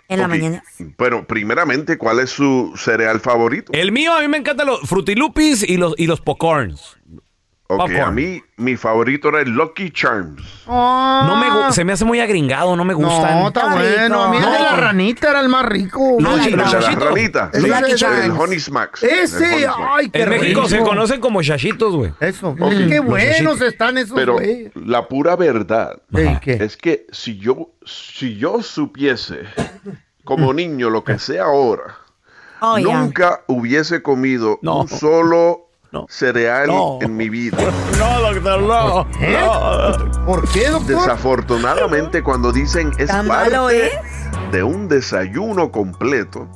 Speaker 3: En la
Speaker 20: Ok.
Speaker 3: mañana.
Speaker 20: Bueno, primeramente, ¿cuál es su cereal favorito?
Speaker 2: El mío, a mí me encantan los frutilupis y los, y los popcorns.
Speaker 20: Ok,
Speaker 2: Popcorn.
Speaker 20: a mí, mi favorito era el Lucky Charms.
Speaker 2: No me gu- se me hace muy agringado, no me gustan.
Speaker 20: No, está bueno, a mí el de la
Speaker 4: ranita este era el más rico.
Speaker 20: No, el de la
Speaker 2: chanchito.
Speaker 20: ranita.
Speaker 2: El
Speaker 20: Sí,
Speaker 2: Lucky
Speaker 20: el
Speaker 2: Charms.
Speaker 20: Honey Smacks. El Honey
Speaker 4: Ese,
Speaker 20: Smacks.
Speaker 4: ay, qué
Speaker 2: en México
Speaker 4: rico.
Speaker 2: se conocen como chachitos, güey.
Speaker 4: Eso.
Speaker 20: Ok.
Speaker 4: Qué
Speaker 20: Los
Speaker 4: buenos
Speaker 20: chachitos.
Speaker 4: están esos,
Speaker 20: Pero
Speaker 4: güey.
Speaker 20: la pura verdad es que si yo, si yo supiese
Speaker 4: Mm.
Speaker 20: como niño lo que sé ahora,
Speaker 3: Oh, ya.
Speaker 20: nunca hubiese comido un solo cereal en mi vida.
Speaker 2: No, doctor, no.
Speaker 20: ¿Eh?
Speaker 4: ¿Por qué, doctor?
Speaker 20: Desafortunadamente, cuando dicen es
Speaker 3: ¿Tan
Speaker 20: parte
Speaker 3: malo es?
Speaker 20: de un desayuno completo,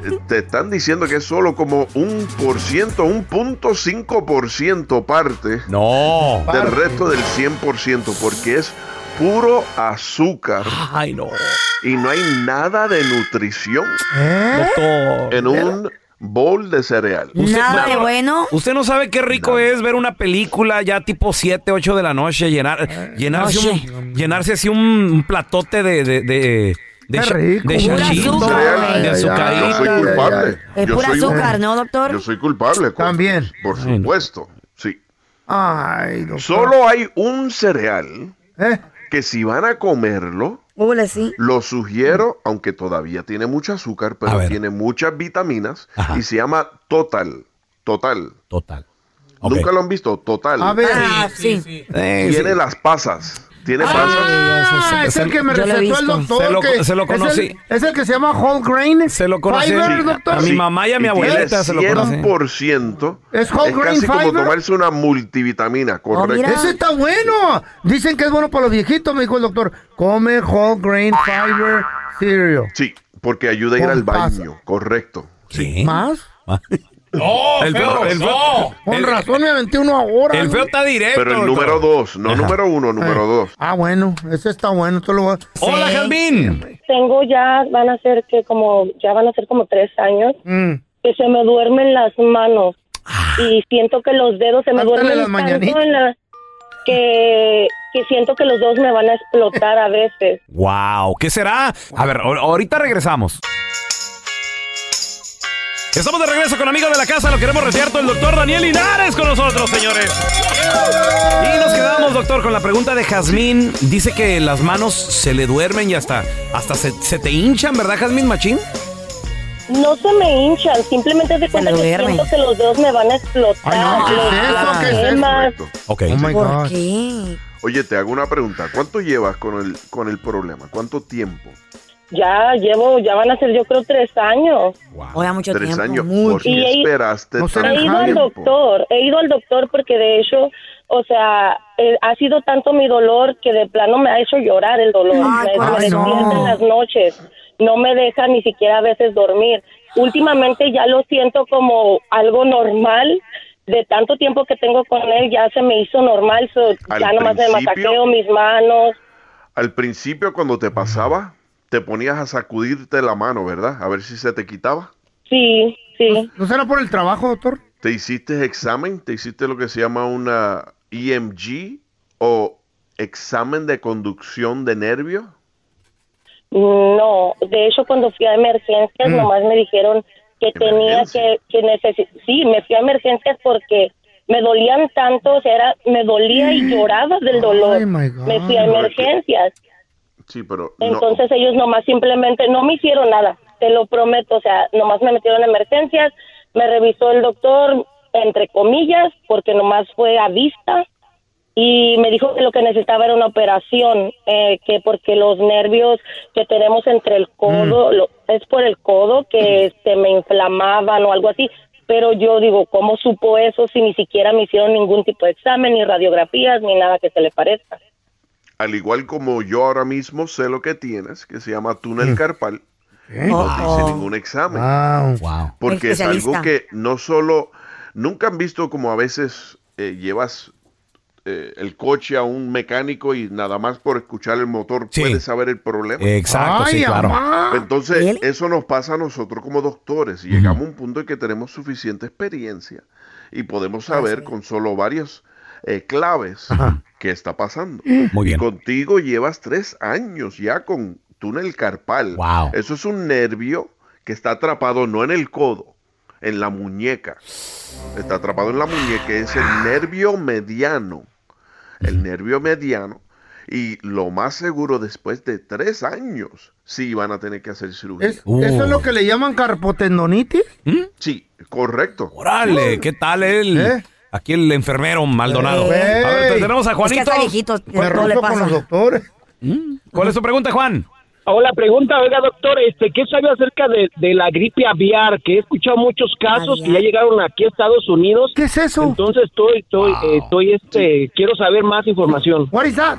Speaker 20: te- te están diciendo que es solo como un por ciento, un punto cinco por ciento parte
Speaker 2: no.
Speaker 20: del resto del 100%, porque es puro azúcar.
Speaker 2: Ay, no.
Speaker 20: Y no hay nada de nutrición
Speaker 2: ¿Eh? Doctor.
Speaker 20: en un bowl de cereal.
Speaker 3: Nada de bueno.
Speaker 2: Usted no sabe qué rico es ver una película ya tipo 7, 8 de la noche, llenar, llenarse,
Speaker 3: noche.
Speaker 2: un- llenarse así un, un platote de... de, de de,
Speaker 3: Qué
Speaker 2: cha-
Speaker 3: rico,
Speaker 2: de
Speaker 3: pura
Speaker 2: chachita,
Speaker 3: azúcar, güey.
Speaker 2: de
Speaker 20: Ay, ay,
Speaker 2: azucarita.
Speaker 20: ay, yo soy culpable.
Speaker 3: Es
Speaker 20: Yo
Speaker 3: pura
Speaker 20: soy un-
Speaker 3: azúcar, ¿no, doctor?
Speaker 20: Yo soy culpable. También. Por supuesto, sí. Solo hay un cereal
Speaker 4: ¿Eh?
Speaker 20: que si van a comerlo,
Speaker 3: Hola, sí.
Speaker 20: lo sugiero, aunque todavía tiene mucho azúcar, pero tiene muchas vitaminas y se llama Total. Total.
Speaker 2: Total.
Speaker 20: Nunca lo han visto, Total.
Speaker 4: A ver.
Speaker 3: sí.
Speaker 20: Eh, Tiene las pasas. Tiene pasas.
Speaker 4: Ah, es el que me
Speaker 20: Yo lo he
Speaker 4: recetó el
Speaker 20: visto.
Speaker 4: doctor.
Speaker 20: Se lo-
Speaker 4: que
Speaker 20: se lo
Speaker 4: es el-
Speaker 20: conocí.
Speaker 4: Es el, que se llama Whole Grain.
Speaker 2: Se lo conocí.
Speaker 4: Fiber,
Speaker 20: Sí.
Speaker 4: doctor.
Speaker 20: Sí.
Speaker 4: Y
Speaker 20: tiene
Speaker 4: tiene
Speaker 20: 100%.
Speaker 4: ¿Es whole grain
Speaker 20: casi como
Speaker 4: fiber?
Speaker 20: tomarse una
Speaker 3: Oh,
Speaker 20: multivitamina, correcto.
Speaker 4: Oh, Ese está bueno. Dicen que es bueno para los viejitos, me dijo el doctor. Come whole grain fiber cereal.
Speaker 20: Sí, porque ayuda a ir
Speaker 4: Con
Speaker 20: al
Speaker 4: pasa.
Speaker 20: baño, correcto. Sí.
Speaker 4: ¿Más?
Speaker 2: No, el feo, el feo-
Speaker 4: Con
Speaker 2: el-
Speaker 4: razón me aventé uno ahora.
Speaker 2: el feo está directo.
Speaker 20: Pero el número dos, no número uno, número dos.
Speaker 4: Ah, bueno, ese está bueno. Tú lo vas-
Speaker 2: Hola, Jasmine.
Speaker 14: Tengo ya, van a ser que como, ya van a ser como tres años
Speaker 4: Mm.
Speaker 14: que se me duermen las manos y siento que los dedos se me
Speaker 4: Cántale
Speaker 14: duermen
Speaker 4: Ah. las
Speaker 14: tanto
Speaker 4: mañanitas.
Speaker 14: en la- que, que siento que los dos me van a explotar a veces.
Speaker 2: Wow, ¿qué será? A ver, ahor- ahorita regresamos. Estamos de regreso con amigos de la casa, lo queremos recierto el doctor Daniel Linares con nosotros, señores. Y nos quedamos, doctor, con la pregunta de Jazmín. Dice que las manos se le duermen y hasta, hasta se, se te hinchan, ¿verdad, Jazmín Machín?
Speaker 14: No se me hinchan, simplemente de cuenta que
Speaker 2: duermen.
Speaker 14: siento que los dedos me van a explotar. los-
Speaker 3: Ah,
Speaker 14: las yemas.
Speaker 2: Ok.
Speaker 4: Oh
Speaker 14: ¿Por
Speaker 3: qué?
Speaker 20: Oye, te hago una pregunta. ¿Cuánto llevas con el, con el problema? ¿Cuánto tiempo?
Speaker 14: Ya llevo, ya van a ser yo creo tres años.
Speaker 3: Oye, mucho
Speaker 20: Tres
Speaker 3: tiempo.
Speaker 20: años. ¿Por
Speaker 14: Y
Speaker 20: qué
Speaker 14: he-
Speaker 20: esperaste
Speaker 14: he
Speaker 20: tanto
Speaker 14: ido al
Speaker 20: tiempo?
Speaker 14: doctor, he ido al doctor porque de hecho, o sea, eh, ha sido tanto mi dolor que de plano me ha hecho llorar el dolor.
Speaker 1: Ay,
Speaker 14: me, me
Speaker 1: corazón.
Speaker 14: despierta en las noches, no me deja ni siquiera a veces dormir. Últimamente ya lo siento como algo normal. De tanto tiempo que tengo con él, ya se me hizo normal. so,
Speaker 20: Al
Speaker 14: ya nomás me
Speaker 20: principio-
Speaker 14: masaqueo mis manos.
Speaker 20: Al principio, cuando te pasaba, te ponías a sacudirte la mano, ¿verdad? A ver si se te quitaba.
Speaker 14: Sí, sí.
Speaker 4: ¿No será por el trabajo, doctor?
Speaker 20: ¿Te hiciste examen? ¿Te hiciste lo que se llama una EMG o examen de conducción de nervio?
Speaker 14: No, de hecho cuando fui a emergencias
Speaker 20: Mm.
Speaker 14: nomás me dijeron que tenía que, que necesi- sí, me fui a emergencias porque me dolían tanto, o sea, era, me dolía y lloraba del dolor. me fui a emergencias.
Speaker 20: Sí, pero no.
Speaker 14: Entonces ellos nomás simplemente no me hicieron nada, te lo prometo, o sea, nomás me metieron a emergencias, me revisó el doctor entre comillas porque nomás fue a vista y me dijo que lo que necesitaba era una operación, eh, que porque los nervios que tenemos entre el codo, lo- es por el codo que se me inflamaban o algo así, pero yo digo, ¿cómo supo eso si ni siquiera me hicieron ningún tipo de examen, ni radiografías, ni nada que se le parezca?
Speaker 20: Al igual como yo ahora mismo sé lo que tienes, que se llama túnel carpal, no te hice
Speaker 6: Uh-oh.
Speaker 20: ningún examen.
Speaker 4: Ah,
Speaker 6: Wow.
Speaker 20: Porque es algo
Speaker 6: Especialista.
Speaker 20: que no solo, nunca han visto como a veces eh, llevas eh, el coche a un mecánico y nada más por escuchar el motor puedes saber el problema.
Speaker 2: Exacto, sí, Ay, claro. amá.
Speaker 20: Entonces, eso nos pasa a nosotros como doctores y llegamos a un punto en que tenemos suficiente experiencia y podemos saber con solo varios eh, claves qué está pasando.
Speaker 2: Muy
Speaker 20: Y contigo llevas tres años ya con túnel carpal. Eso es un nervio que está atrapado no en el codo, en la muñeca. Está atrapado en la muñeca, es el nervio mediano. El nervio mediano. Y lo más seguro después de tres años, sí van a tener que hacer cirugía.
Speaker 4: ¿Es- ¿Eso
Speaker 20: Uh.
Speaker 4: es lo que le llaman carpotendonitis?
Speaker 20: Sí, correcto.
Speaker 2: Órale, ¿qué tal el, aquí el enfermero Maldonado?
Speaker 4: Ey.
Speaker 2: A ver, tenemos a
Speaker 3: Es que
Speaker 2: Juanito.
Speaker 3: hasta viejitos,
Speaker 4: Me
Speaker 3: todo le
Speaker 4: rozo con
Speaker 3: pasa.
Speaker 4: los doctores.
Speaker 2: ¿Cuál es tu pregunta, Juan?
Speaker 7: Hola, pregunta, oiga, doctor, este, ¿qué sabe acerca de, de la gripe aviar? Que he escuchado muchos casos que ya llegaron aquí a Estados Unidos.
Speaker 4: ¿Qué es eso?
Speaker 7: Entonces, estoy, estoy, eh, estoy, este, quiero saber más información.
Speaker 4: What is that?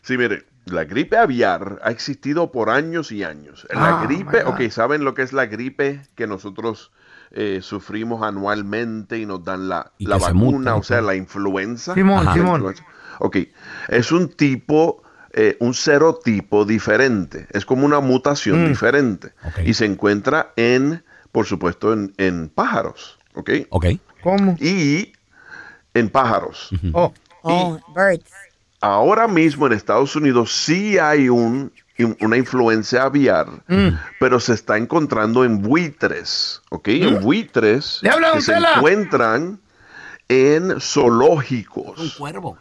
Speaker 20: Sí, mire, la gripe aviar ha existido por años y años. La
Speaker 4: Ah,
Speaker 20: gripe,
Speaker 4: my God.
Speaker 20: ok, ¿saben lo que es la gripe que nosotros eh, sufrimos anualmente y nos dan la, la
Speaker 2: que se muta
Speaker 20: vacuna,
Speaker 2: y
Speaker 20: o sea,
Speaker 2: todo.
Speaker 20: la influenza?
Speaker 2: Simón,
Speaker 20: La
Speaker 2: Simón.
Speaker 20: influenza. Ok, es un tipo, eh, un serotipo diferente, es como una mutación diferente y se encuentra en por supuesto, en, en pájaros, ¿ok?
Speaker 2: Ok.
Speaker 20: ¿Cómo? Y en pájaros.
Speaker 3: Oh. Oh, birds.
Speaker 20: Ahora mismo en Estados Unidos sí hay un, in- una influencia aviar,
Speaker 8: Mm.
Speaker 20: pero se está encontrando en buitres, ¿ok? En buitres
Speaker 8: Mm. ¡Le habla,
Speaker 20: que
Speaker 8: don
Speaker 20: se
Speaker 8: Tela!
Speaker 20: encuentran en zoológicos.
Speaker 8: Un cuervo.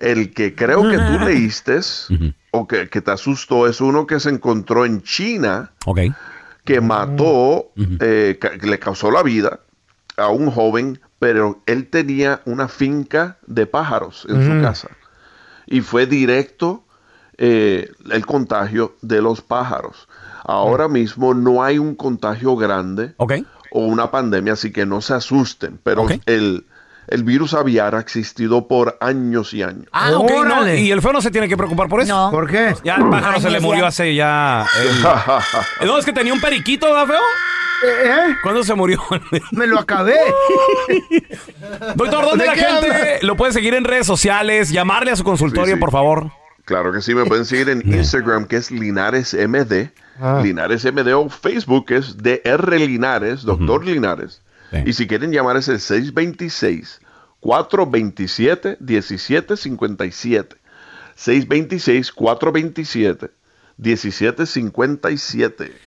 Speaker 20: El que creo que tú leíste o que, que te asustó es uno que se encontró en China
Speaker 2: Ok.
Speaker 20: que mató, eh, ca- que le causó la vida a un joven, pero él tenía una finca de pájaros en
Speaker 8: Mm.
Speaker 20: su casa. Y fue directo eh, el contagio de los pájaros. Ahora mismo no hay un contagio grande o una pandemia, así que no se asusten, pero el, el virus aviar ha existido por años y años.
Speaker 2: Ah, ok, no, y el feo no se tiene que preocupar por eso.
Speaker 4: ¿Por qué?
Speaker 2: Ya el pájaro se le murió hace Ah, ya. el- no, es que tenía un periquito, ¿verdad, feo? ¿Cuándo se murió?
Speaker 4: Eh, Me lo acabé.
Speaker 2: Doctor, ¿dónde
Speaker 4: ¿De
Speaker 2: la
Speaker 4: qué
Speaker 2: gente
Speaker 4: hablas?
Speaker 2: lo puede seguir en redes sociales? Llamarle a su consultorio,
Speaker 20: sí.
Speaker 2: por favor.
Speaker 20: Claro que sí, me pueden seguir en Instagram, que es Linares MD,
Speaker 2: Ah.
Speaker 20: Linares MD o Facebook, que es DR Linares, Doctor Linares. Y si quieren llamar es el 626-427-1757. 626-427-1757.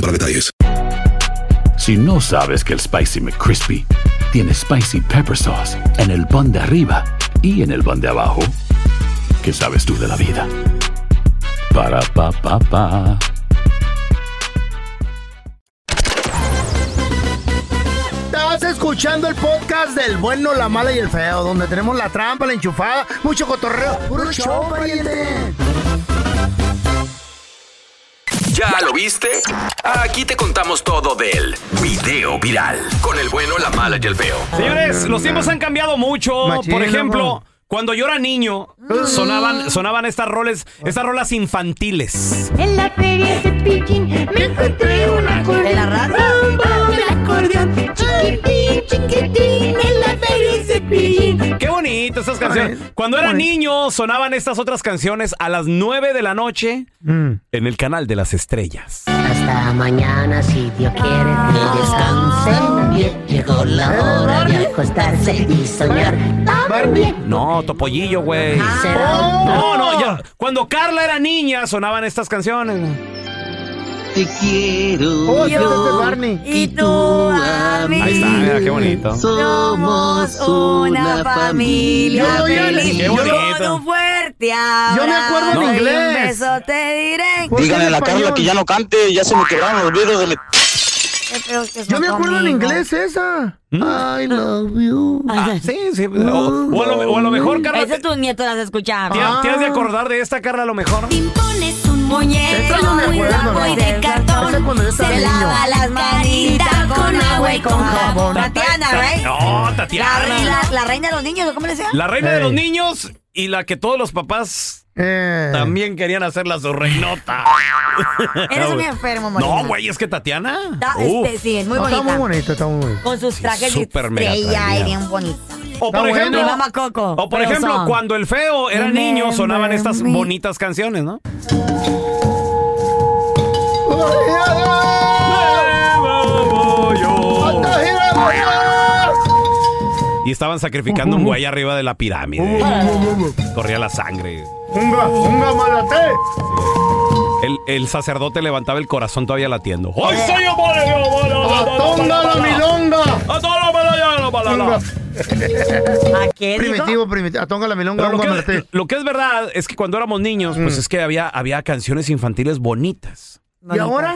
Speaker 1: para detalles.
Speaker 16: Si no sabes que el Spicy McCrispy tiene spicy pepper sauce en el pan de arriba y en el pan de abajo, ¿qué sabes tú de la vida? Para pa pa pa.
Speaker 4: Estás escuchando el podcast del bueno, la mala y el feo, donde tenemos la trampa, la enchufada, mucho cotorreo. ¡Puro show, pariente!
Speaker 10: ¿Ya lo viste? Aquí te contamos todo del video viral. Con el bueno, la mala y el feo.
Speaker 2: Señores, los tiempos han cambiado mucho.
Speaker 10: Machín,
Speaker 2: Por ejemplo,
Speaker 10: loco.
Speaker 2: cuando yo era niño, sonaban, sonaban estas roles, estas rolas infantiles.
Speaker 8: En la feria de Pichín me encontré un acordeón. ¿De la raza? el acordeón. Chiquitín, chiquitín, en la feria de Pichín.
Speaker 2: Qué bonito estas canciones. Cuando era niño, sonaban estas otras canciones a las 9 de la noche en el canal de las estrellas.
Speaker 6: Hasta mañana, si Dios quiere, que descansen bien. Llegó la hora de acostarse y soñar.
Speaker 2: No, Topollillo, güey. No, no, ya. Cuando Carla era niña, sonaban estas canciones.
Speaker 6: Te quiero.
Speaker 4: Oh, este
Speaker 3: Y tú a mí.
Speaker 2: Ahí está, mira, qué bonito.
Speaker 3: Somos una familia
Speaker 8: Yo- yo-
Speaker 3: feliz.
Speaker 8: qué bonito.
Speaker 3: Con un fuerte
Speaker 8: Yo me
Speaker 3: abrazo
Speaker 8: acuerdo en
Speaker 3: y Un
Speaker 8: inglés.
Speaker 3: beso te diré.
Speaker 9: Díganle a la Carla que ya no cante, ya se me quebraron los vidrios de mi...
Speaker 3: Qué feo que son
Speaker 4: Yo me acuerdo en
Speaker 3: conmigo.
Speaker 8: eh.
Speaker 4: inglés esa. I love you.
Speaker 2: sí, sí. O, o a, lo, o a lo mejor, Carla,
Speaker 3: Ese tus nietos las escuchaban.
Speaker 2: te, te has de
Speaker 8: Ah.
Speaker 2: acordar de esta, Carla, a lo mejor.
Speaker 3: Pones un muñeco
Speaker 8: Esa yo me
Speaker 3: muy
Speaker 8: acuerdo,
Speaker 3: guapo y de cartón. Se
Speaker 8: niño.
Speaker 3: lava las manitas con agua y con jabón. Tatiana, ¿right?
Speaker 2: No,
Speaker 3: ¿eh? La,
Speaker 2: Tatiana.
Speaker 3: la- la reina de los niños, ¿cómo le decía?
Speaker 2: La reina de
Speaker 3: Ey. Eh.
Speaker 2: los niños y la que todos los papás también querían hacerla su reinota.
Speaker 3: Eres un enfermo, Molina.
Speaker 2: No, güey, es que Tatiana.
Speaker 3: Da-
Speaker 2: Uf.
Speaker 3: este, sí, es muy
Speaker 4: No,
Speaker 3: bonita.
Speaker 4: está muy bonita, está muy bonita.
Speaker 3: Con sus trajes de
Speaker 2: Súper mega
Speaker 3: estrella
Speaker 2: traída.
Speaker 3: y bien bonita.
Speaker 2: O por ejemplo,
Speaker 3: Mi mamá Coco.
Speaker 2: o por ejemplo, cuando el feo era niño, sonaban estas bonitas canciones, ¿no? Y estaban sacrificando un güey arriba de la pirámide.
Speaker 3: Uh.
Speaker 2: Corría la sangre.
Speaker 4: Unga, unga malate.
Speaker 2: El, el sacerdote levantaba el corazón todavía latiendo. ¡Ay,
Speaker 8: soy yo, mole, yo, mole, yo,
Speaker 4: tonga, la milonga. Tonga.
Speaker 2: Primitivo,
Speaker 4: primitivo. Atonga la milonga.
Speaker 2: Pero lo,
Speaker 4: hongo
Speaker 2: que
Speaker 4: amarté.
Speaker 2: es, lo que es verdad es que cuando éramos niños, pues es que había, había canciones infantiles bonitas.
Speaker 4: ¿Y ahora?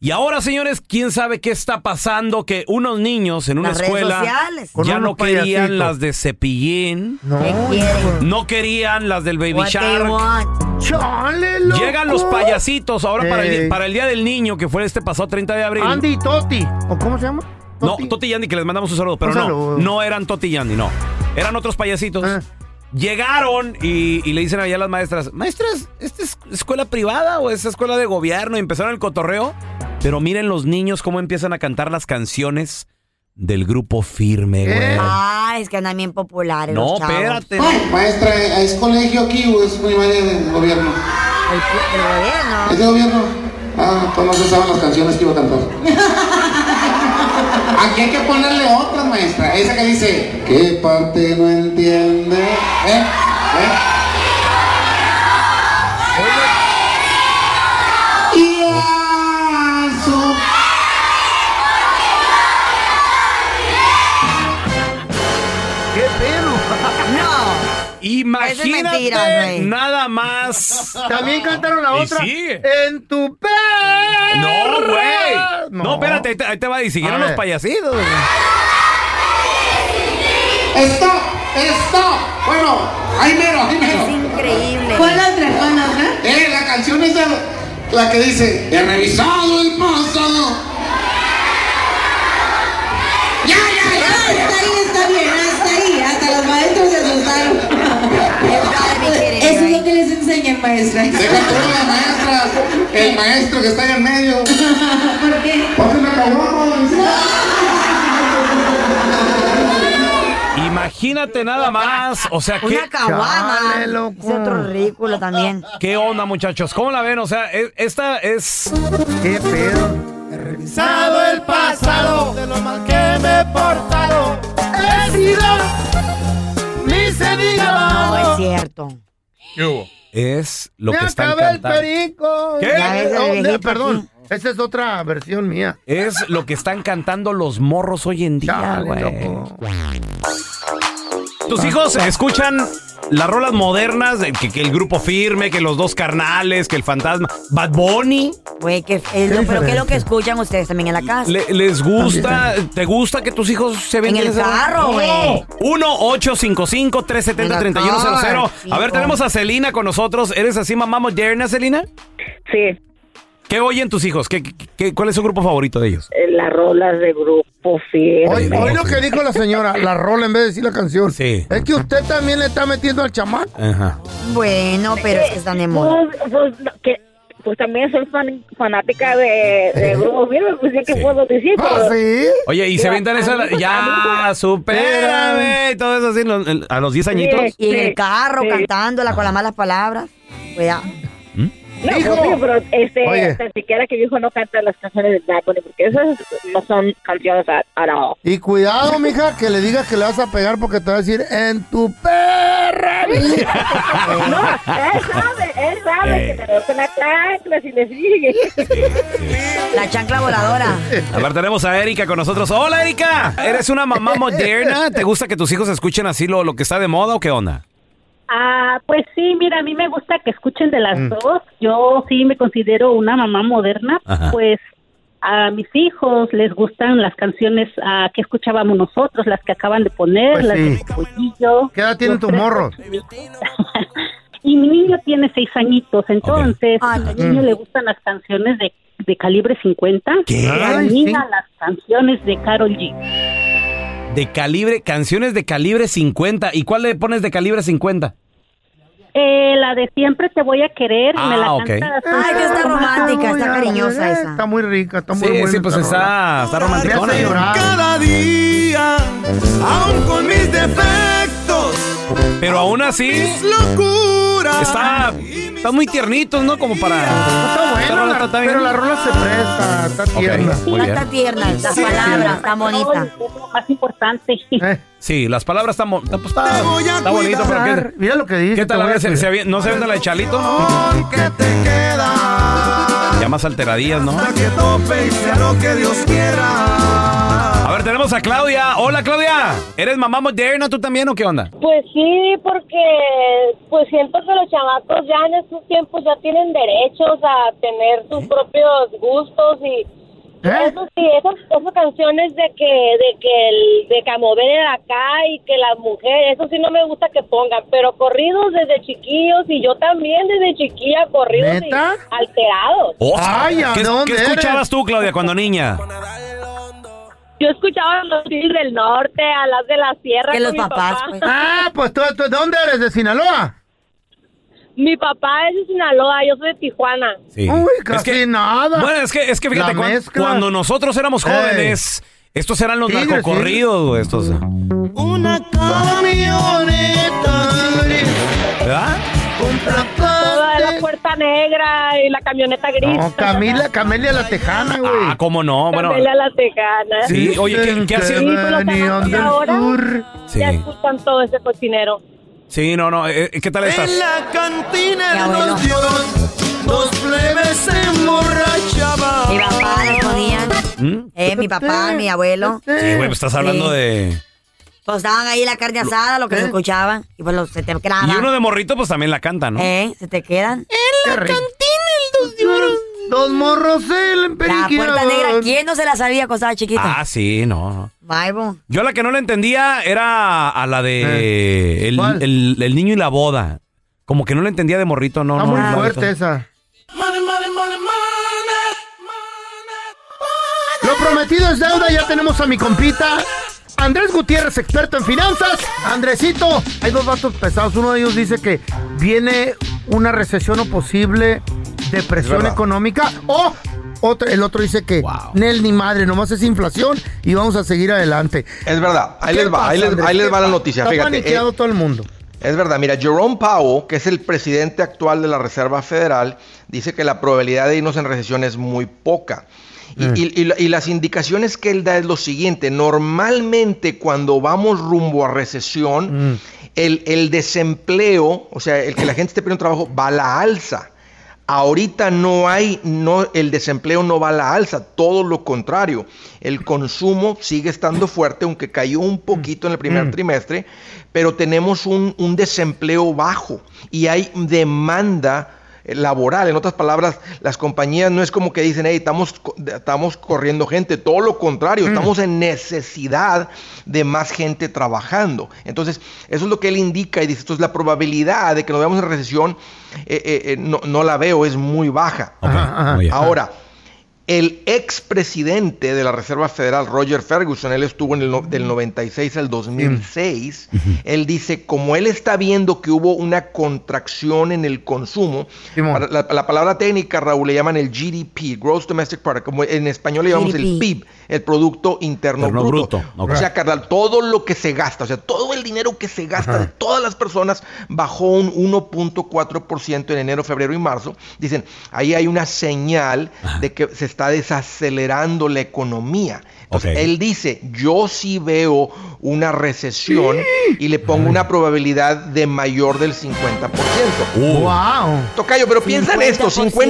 Speaker 2: Y ahora, señores, quién sabe qué está pasando que unos niños en una
Speaker 3: Las redes
Speaker 2: escuela
Speaker 3: sociales. Con
Speaker 2: ya
Speaker 3: unos
Speaker 2: no querían
Speaker 3: payasitos.
Speaker 2: las de Cepillín,
Speaker 3: ¿Qué quieren?
Speaker 2: no querían las del Baby
Speaker 3: What they
Speaker 2: Shark.
Speaker 3: want.
Speaker 2: Llegan los payasitos ahora para, el,
Speaker 4: Ey.
Speaker 2: para el Día del Niño, que fue este pasado 30 de abril.
Speaker 4: Andy y Toti. ¿O cómo se llama?
Speaker 2: No, Toti y Andy, que les mandamos un saludo, pero
Speaker 4: Un
Speaker 2: no,
Speaker 4: saludo. Ah.
Speaker 2: no eran Toti y Andy, no. Eran otros payasitos. Llegaron y, y le dicen allá a las maestras, maestras, ¿esta es escuela privada o es escuela de gobierno? Y empezaron el cotorreo. Pero miren los niños cómo empiezan a cantar las canciones del grupo firme, Eh, güey.
Speaker 3: Ah, es que andan bien populares
Speaker 2: No,
Speaker 3: los chavos.
Speaker 2: espérate.
Speaker 8: Maestra, ¿es colegio aquí o es primaria del gobierno?
Speaker 3: El gobierno.
Speaker 8: ¿Es de gobierno? Ah, pues no se saben las canciones que iba a cantar. Aquí hay que ponerle otra, maestra. Esa que dice, ¿qué parte no entiende? ¿Eh? ¿Eh? Y a su-
Speaker 4: ¿Qué pedo?
Speaker 3: No.
Speaker 2: Imagínate nada más.
Speaker 4: También cantaron la
Speaker 2: Y
Speaker 4: otra.
Speaker 2: sigue.
Speaker 4: En tu perra.
Speaker 2: No, güey. No, espérate, ahí te, ahí te va. Y siguieron los payasitos. güey.
Speaker 8: ¡Stop! ¡Stop! Bueno, ahí mero, ahí mero. Es
Speaker 3: increíble.
Speaker 8: ¿Cuál otra? ¿Cuál otra? Eh, la canción es la que dice He revisado el pasado.
Speaker 21: Ya, ya, ya. Hasta ahí está bien, hasta ahí. Hasta los maestros se asustaron. Eso es lo que les enseñan, maestra.
Speaker 8: El maestro que está ahí en medio. ¿Por qué? Porque me
Speaker 2: Imagínate nada más. O sea, que.
Speaker 3: Una caguama. Es otro ridículo también.
Speaker 2: ¿Qué onda, muchachos? ¿Cómo la ven? O sea, e- esta es.
Speaker 4: ¿Qué pedo?
Speaker 21: Pasado el pasado, de lo mal que me he portado. He sido, ni se diga malo.
Speaker 3: No es cierto.
Speaker 2: Es lo
Speaker 4: Me
Speaker 2: que están
Speaker 4: acabé el
Speaker 2: cantando.
Speaker 4: perico.
Speaker 2: ¿Qué? Oh, Ya ves, el
Speaker 4: No,
Speaker 2: viejito
Speaker 4: no, perdón. Esa es otra versión mía.
Speaker 2: Es lo que están cantando los morros hoy en día, güey. Tus hijos escuchan las rolas modernas, de que, que el grupo firme, que los dos carnales, que el fantasma, Bad Bunny.
Speaker 3: Güey, que es lo, pero ¿qué es lo que escuchan ustedes también en la casa?
Speaker 2: Le- ¿Les gusta? ¿Te gusta que tus hijos se ven
Speaker 3: En el carro, güey.
Speaker 2: 1-855-370-3100. A ver, tenemos a Celina con nosotros. ¿Eres así mamá moderna, Celina?
Speaker 15: Sí.
Speaker 2: ¿Qué oyen tus hijos? ¿Qué, qué- qué- cuál es su grupo favorito de ellos?
Speaker 15: Las rolas de grupo
Speaker 4: Hoy,
Speaker 15: firme.
Speaker 4: hoy lo que dijo la señora, la rola en vez de decir la canción. Es que usted también le está metiendo al chamaco.
Speaker 3: Bueno, pero es que están de moda.
Speaker 15: Pues, pues, no, que- pues también soy fan- fanática de, de grupo firme, pues ya que puedo decir. pero-
Speaker 2: Oye, y se ventan esas. Ya, supérame. Y todo eso así los- el- a los 10 añitos.
Speaker 3: Y en el carro,
Speaker 15: sí.
Speaker 3: cantándola con las malas palabras. Cuidado.
Speaker 15: No, pues, sí, pero este,
Speaker 3: Oye.
Speaker 15: tan siquiera que mi hijo no canta las canciones de Bad Bunny, porque esas no son canciones a, a la-
Speaker 4: Y cuidado, mija, que le digas que le vas a pegar porque te va a decir en tu perra.
Speaker 15: No, él sabe, él sabe
Speaker 2: Eh.
Speaker 15: que me rompe la chancla si le sigue.
Speaker 3: La chancla voladora.
Speaker 2: A ver, tenemos a Erika con nosotros. ¡Hola, Erika! ¿Eres una mamá moderna? ¿Te gusta que tus hijos escuchen así lo, lo que está de moda o qué onda?
Speaker 15: Ah, pues sí, mira, a mí me gusta que escuchen de las
Speaker 2: Mm.
Speaker 15: dos. Yo sí me considero una mamá moderna,
Speaker 2: Ajá.
Speaker 15: pues a mis hijos les gustan las canciones ah, que escuchábamos nosotros, las que acaban de poner,
Speaker 4: Pues
Speaker 15: las
Speaker 4: sí.
Speaker 15: de Pollillo.
Speaker 4: ¿Qué edad tienen
Speaker 15: Los
Speaker 4: tus
Speaker 15: tres-
Speaker 4: morros?
Speaker 15: Y mi niño tiene seis añitos, entonces
Speaker 3: Ah,
Speaker 15: al niño
Speaker 4: Mm.
Speaker 15: le gustan las canciones de, de calibre 50.
Speaker 2: ¿Qué?
Speaker 15: Y a mi
Speaker 2: Ay,
Speaker 15: niña las canciones de Carol G.
Speaker 2: De calibre, canciones de calibre 50. ¿Y cuál le pones de calibre 50?
Speaker 15: Eh, la de siempre te voy a querer, me la
Speaker 2: Ah, ok.
Speaker 15: canta
Speaker 3: Ay, que está romántica, está cariñosa esa.
Speaker 4: Está muy rica, está muy
Speaker 2: Sí,
Speaker 4: buena.
Speaker 2: sí, pues está, está romanticona.
Speaker 21: Cada día, aún con mis defectos,
Speaker 2: Pero aún así,
Speaker 21: mis locuras.
Speaker 2: está, está muy tiernitos, ¿no? Como para...
Speaker 4: Está buena, la- pero la rola se presta, está tierna.
Speaker 2: muy bien.
Speaker 3: Está tierna, las palabras, está bonita.
Speaker 15: más importante.
Speaker 2: Sí, las palabras están... mo- Está, pues, está- está bonito, pero ¿qué,
Speaker 4: Mira lo que dice. este
Speaker 2: qué tal? A ver, ¿se- se avien- ¿no se vende la de Chalito?
Speaker 21: Que te queda.
Speaker 2: Ya más alteradillas, ¿no?
Speaker 8: Que tope y sea lo que Dios quiera.
Speaker 2: A ver, tenemos a Claudia. Hola, Claudia. ¿Eres mamá moderna tú también o qué onda?
Speaker 22: Pues sí, porque pues siento que los chamacos ya en estos tiempos ya tienen derechos a tener sus propios gustos y eso sí, esas, esas canciones de que de que el, de Camover era acá y que la mujer, eso sí no me gusta que pongan, pero corridos desde chiquillos y yo también desde chiquilla corridos y
Speaker 2: ¿Neta?
Speaker 22: alterados.
Speaker 2: Oh, ¿Qué, qué escuchabas tú, Claudia, cuando niña?
Speaker 22: Yo escuchaba a los Tigres del norte, a las de la sierra.
Speaker 4: Que
Speaker 22: con
Speaker 4: los
Speaker 22: mi
Speaker 4: papás,
Speaker 22: papá.
Speaker 4: pues. Ah, pues tú, tú, ¿de dónde eres? ¿De Sinaloa?
Speaker 22: Mi papá es de Sinaloa, yo soy de Tijuana.
Speaker 2: Sí.
Speaker 4: Uy, casi nada.
Speaker 2: Bueno, es que, es que fíjate,
Speaker 4: La
Speaker 2: cuan-
Speaker 4: mezcla.
Speaker 2: cuando nosotros éramos jóvenes, estos eran los
Speaker 4: Tigres,
Speaker 2: narcocorridos, güey, estos.
Speaker 8: Una camioneta.
Speaker 2: ¿Verdad?
Speaker 22: Toda la puerta negra y la camioneta gris.
Speaker 4: No, Camila, Camelia la Tejana, güey.
Speaker 2: Ah, cómo no, bueno.
Speaker 22: Camelia la tejana.
Speaker 2: Sí, oye, ¿qué, qué hacían?
Speaker 22: Sí, pues los chamacos de ahora ya
Speaker 2: Sí.
Speaker 22: escuchan todo ese cocinero.
Speaker 2: Sí, no, no. eh, ¿Qué tal estás?
Speaker 22: En
Speaker 8: La cantina de los dios, los plebes se emborrachaban.
Speaker 3: Mi papá les ponía,
Speaker 2: ¿Mm?
Speaker 3: eh, mi papá, mi abuelo.
Speaker 2: Sí, güey, pues estás hablando
Speaker 3: Sí.
Speaker 2: de.
Speaker 3: Pues estaban ahí la carne asada, lo que
Speaker 4: Eh.
Speaker 3: se escuchaba. Y pues lo- se te quedaban.
Speaker 2: Y uno de morrito, pues también la canta, ¿no?
Speaker 3: Eh, se te quedan.
Speaker 4: En la
Speaker 3: cantina,
Speaker 4: el dos Dos morros el
Speaker 3: La puerta negra, ¿quién no se la sabía cuando estaba chiquita?
Speaker 2: Ah, sí, no. no.
Speaker 3: Bye, bo.
Speaker 2: Yo la que no la entendía era a la
Speaker 11: Eh,
Speaker 2: de el, el- el niño y la boda. Como que no la entendía de morrito, no.
Speaker 4: Está
Speaker 2: no,
Speaker 4: muy
Speaker 2: no,
Speaker 4: fuerte
Speaker 2: no.
Speaker 4: esa. Lo prometido es deuda, ya tenemos a mi compita. Andrés Gutiérrez, experto en finanzas. Andresito, hay dos datos pesados. Uno de ellos dice que viene una recesión o posible depresión
Speaker 11: verdad.
Speaker 4: económica. O otro, el otro dice que Nel ni madre, nomás es inflación y vamos a seguir adelante.
Speaker 11: Es verdad, ahí
Speaker 4: ¿Qué
Speaker 11: les va,
Speaker 4: pasa,
Speaker 11: ahí les,
Speaker 4: Andrés?
Speaker 11: ahí les
Speaker 4: ¿Qué
Speaker 11: va la
Speaker 4: pasa?
Speaker 11: noticia,
Speaker 4: Está
Speaker 11: fíjate. eh.
Speaker 4: paniqueado
Speaker 11: todo el mundo. Es verdad, mira, Jerome Powell, que es el presidente actual de la Reserva Federal, dice que la probabilidad de irnos en recesión es muy poca. Y,
Speaker 4: Mm.
Speaker 11: y- y la- y las indicaciones que él da es lo siguiente, normalmente cuando vamos rumbo a
Speaker 4: Mm.
Speaker 11: recesión, el, el desempleo, o sea, el que la gente esté pidiendo trabajo, va a la alza. Ahorita no hay, no, el desempleo no va a la alza, todo lo contrario. El consumo sigue estando fuerte, aunque cayó un poquito en el primer trimestre, pero tenemos un, un desempleo bajo y hay demanda eh, laboral. En otras palabras, las compañías no es como que dicen, hey, estamos, co- de- estamos corriendo gente, todo lo contrario, estamos en necesidad de más gente trabajando. Entonces, eso es lo que él indica y dice, entonces la probabilidad de que nos veamos en recesión, eh, eh, eh, no, no la veo, es muy baja. Ahora, el expresidente de la Reserva Federal, Roger Ferguson, él estuvo en el no- del 96 al 2006,
Speaker 2: Mm.
Speaker 11: él dice, como él está viendo que hubo una contracción en el consumo, para- la, la palabra técnica, Raúl, le llaman el GDP, Gross Domestic Product, como en español le llamamos el
Speaker 2: GDP.
Speaker 11: PIB, el Producto Interno
Speaker 2: Interno
Speaker 11: Bruto.
Speaker 2: Bruto, ok.
Speaker 11: O sea, carnal, todo lo que se gasta, o sea, todo el dinero que se gasta de todas las personas bajó un 1.4% en enero, febrero y marzo. Dicen, ahí hay una señal de que se está desacelerando la economía. Entonces,
Speaker 2: Ok.
Speaker 11: él dice, yo sí veo una recesión y le pongo una probabilidad de mayor del 50%.
Speaker 4: ¡Wow!
Speaker 11: Tocayo, pero piensa en esto,
Speaker 4: 50%.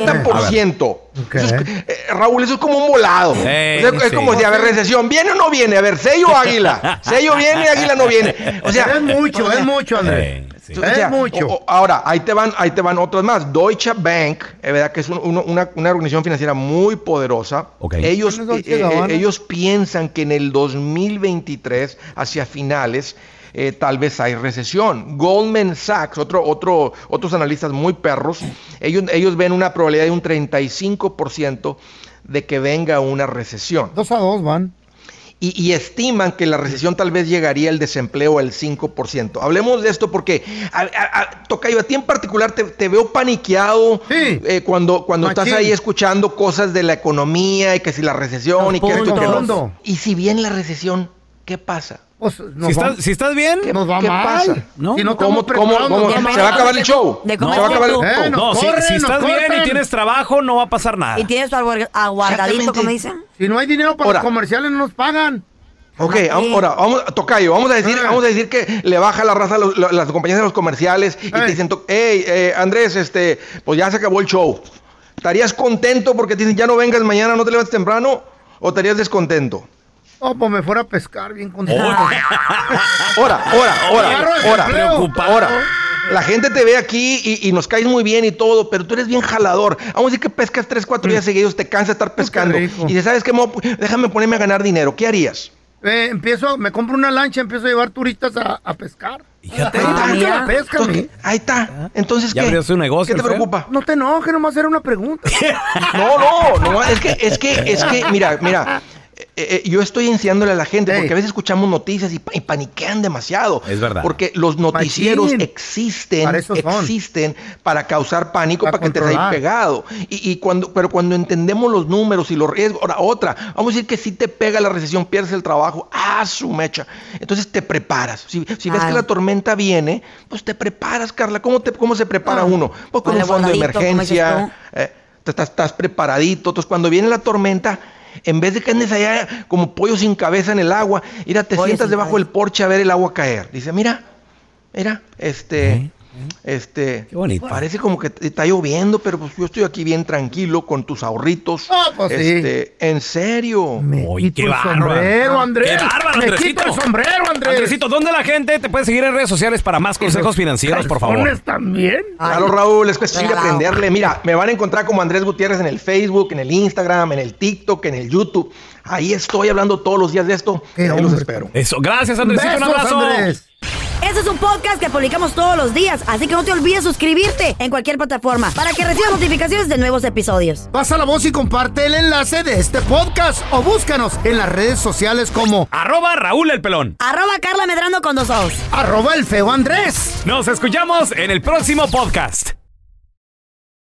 Speaker 11: 50%. Eso es- eh, Raúl, eso es como un volado.
Speaker 2: Sí,
Speaker 11: O sea, es
Speaker 2: sí.
Speaker 11: como si, a ver, recesión, ¿viene o no viene? A ver, sello águila. Sello viene, águila no viene. O sea,
Speaker 4: Es mucho, es mucho, Andrés.
Speaker 11: Andrés.
Speaker 4: Es mucho.
Speaker 11: ahora, ahí te van, ahí te van otras más. Deutsche Bank, es verdad que es un- uno- una, una organización financiera muy poderosa. Ellos,
Speaker 4: ¿Quién es Deutsche
Speaker 11: eh, eh,
Speaker 4: Gabbana?
Speaker 11: ellos piensan que en el 2023, hacia finales, eh, tal vez hay recesión. Goldman Sachs, otro, otro, otros analistas muy perros, ellos, ellos ven una probabilidad de un 35% de que venga una recesión.
Speaker 4: Dos a dos van.
Speaker 11: Y, y estiman que la recesión tal vez llegaría al desempleo al 5%. Hablemos de esto porque, a, a- a- Tocayo, a ti en particular te, te veo paniqueado eh, cuando, cuando estás
Speaker 4: Machín.
Speaker 11: ahí escuchando cosas de la economía y que si la recesión y que esto que lo Y si bien la recesión, ¿qué pasa?
Speaker 4: nos Si estás- va- si
Speaker 2: estás bien,
Speaker 11: nos va
Speaker 4: mal. Si no
Speaker 11: ¿Cómo,
Speaker 4: estamos preparados,
Speaker 11: cómo-
Speaker 4: nos va
Speaker 11: cómo-
Speaker 4: mal.
Speaker 11: se va a acabar el show?
Speaker 4: De
Speaker 11: Se va
Speaker 4: comer
Speaker 11: a acabar el
Speaker 4: tú. Eh, nos
Speaker 11: show.
Speaker 2: No, si,
Speaker 4: corren,
Speaker 2: si
Speaker 4: nos
Speaker 2: estás bien y
Speaker 4: cortan.
Speaker 2: tienes trabajo, no va a pasar nada.
Speaker 3: Y tienes tu aguar- aguardadito, como dicen.
Speaker 4: Si no hay dinero para
Speaker 11: Ahora.
Speaker 4: los comerciales, no nos pagan.
Speaker 11: Ok, am- ahora, vamos, Tocayo, vamos a decir, vamos a decir que le baja la raza a los- la- las compañías de los comerciales y te dicen, to- hey, eh, Andrés, este, pues ya se acabó el show. ¿Estarías contento porque te dicen ya no vengas mañana, no te levantes temprano? ¿O estarías descontento?
Speaker 4: Oh, pues me fuera a pescar bien contento.
Speaker 11: Ahora, ahora,
Speaker 4: Ah,
Speaker 11: ahora,
Speaker 4: Claro,
Speaker 11: ahora,
Speaker 4: desempleo. Preocupado.
Speaker 11: ahora. La gente te ve aquí y, y nos caes muy bien y todo, pero tú eres bien jalador. Vamos a decir que pescas tres, cuatro días seguidos, te cansa de estar pescando. Y dices, ¿sabes qué? me voy a- Déjame ponerme a ganar dinero. ¿Qué harías?
Speaker 4: Eh, empiezo, me compro una lancha, empiezo a llevar turistas a, a pescar.
Speaker 11: Fíjate.
Speaker 4: Ahí está,
Speaker 11: Ah,
Speaker 4: que
Speaker 11: mira.
Speaker 4: la pesca,
Speaker 11: Entonces, Ahí está. Entonces,
Speaker 2: Ya
Speaker 11: ¿qué?
Speaker 2: abrió su negocio,
Speaker 11: ¿Qué te
Speaker 2: el feo.
Speaker 11: preocupa?
Speaker 4: No te enojes, nomás era una pregunta.
Speaker 11: No, no, no, es que, es que, es que, mira, mira, eh, eh, yo estoy enseñándole a la gente, porque a veces escuchamos noticias y, pa- y paniquean demasiado.
Speaker 2: Es verdad.
Speaker 11: Porque los noticieros
Speaker 2: Machín.
Speaker 11: existen,
Speaker 2: Para eso son.
Speaker 11: existen para causar pánico, para,
Speaker 2: Para
Speaker 11: que te des ahí
Speaker 2: controlar.
Speaker 11: pegado. Y, y cuando, pero cuando entendemos los números y los riesgos, ahora otra, vamos a decir que si te pega la recesión, pierdes el trabajo, ah, su mecha. Entonces te preparas. Si, si ves que
Speaker 2: Claro.
Speaker 11: la tormenta viene, pues te preparas, Carla. ¿Cómo, te, cómo se prepara
Speaker 2: Ah,
Speaker 11: uno? Pues con
Speaker 2: con
Speaker 11: un
Speaker 2: el
Speaker 11: fondo de
Speaker 2: voladito, como dices
Speaker 11: emergencia.
Speaker 2: tú.
Speaker 11: Eh, te- estás, estás preparadito. Entonces, cuando viene la tormenta, en vez de que andes allá como pollo sin cabeza en el agua, mira, te sientas debajo del porche a ver el agua caer. Dice, mira, mira, este, este, parece como que te está lloviendo, pero pues yo estoy aquí bien tranquilo con tus ahorritos.
Speaker 4: pues sí.
Speaker 11: este, en serio.
Speaker 4: Oye, qué el bárbaro. sombrero, Andrés.
Speaker 2: ¡Qué bárbaro,
Speaker 4: Me
Speaker 2: Andresito!
Speaker 4: quito el sombrero, Andrés.
Speaker 2: Andresito, ¿dónde la gente te puede seguir en redes sociales para más consejos financieros, por favor?
Speaker 4: Calzones también?
Speaker 11: Claro, Raúl, es cuestión de
Speaker 2: Regalado.
Speaker 11: aprenderle. Mira, me van a encontrar como Andrés Gutiérrez en el Facebook, en el Instagram, en el TikTok, en el YouTube. Ahí estoy hablando todos los días de esto. Ahí los espero.
Speaker 2: Eso, gracias, Andresito, un abrazo.
Speaker 3: Este es un podcast que publicamos todos los días, así que no te olvides suscribirte en cualquier plataforma para que recibas notificaciones de nuevos episodios.
Speaker 4: Pasa la voz y comparte el enlace de este podcast o búscanos en las redes sociales como
Speaker 2: Arroba Raúl el Pelón.
Speaker 3: Arroba Carla Medrano con dos ojos.
Speaker 4: arroba el feo Andrés.
Speaker 2: Nos escuchamos en el próximo podcast.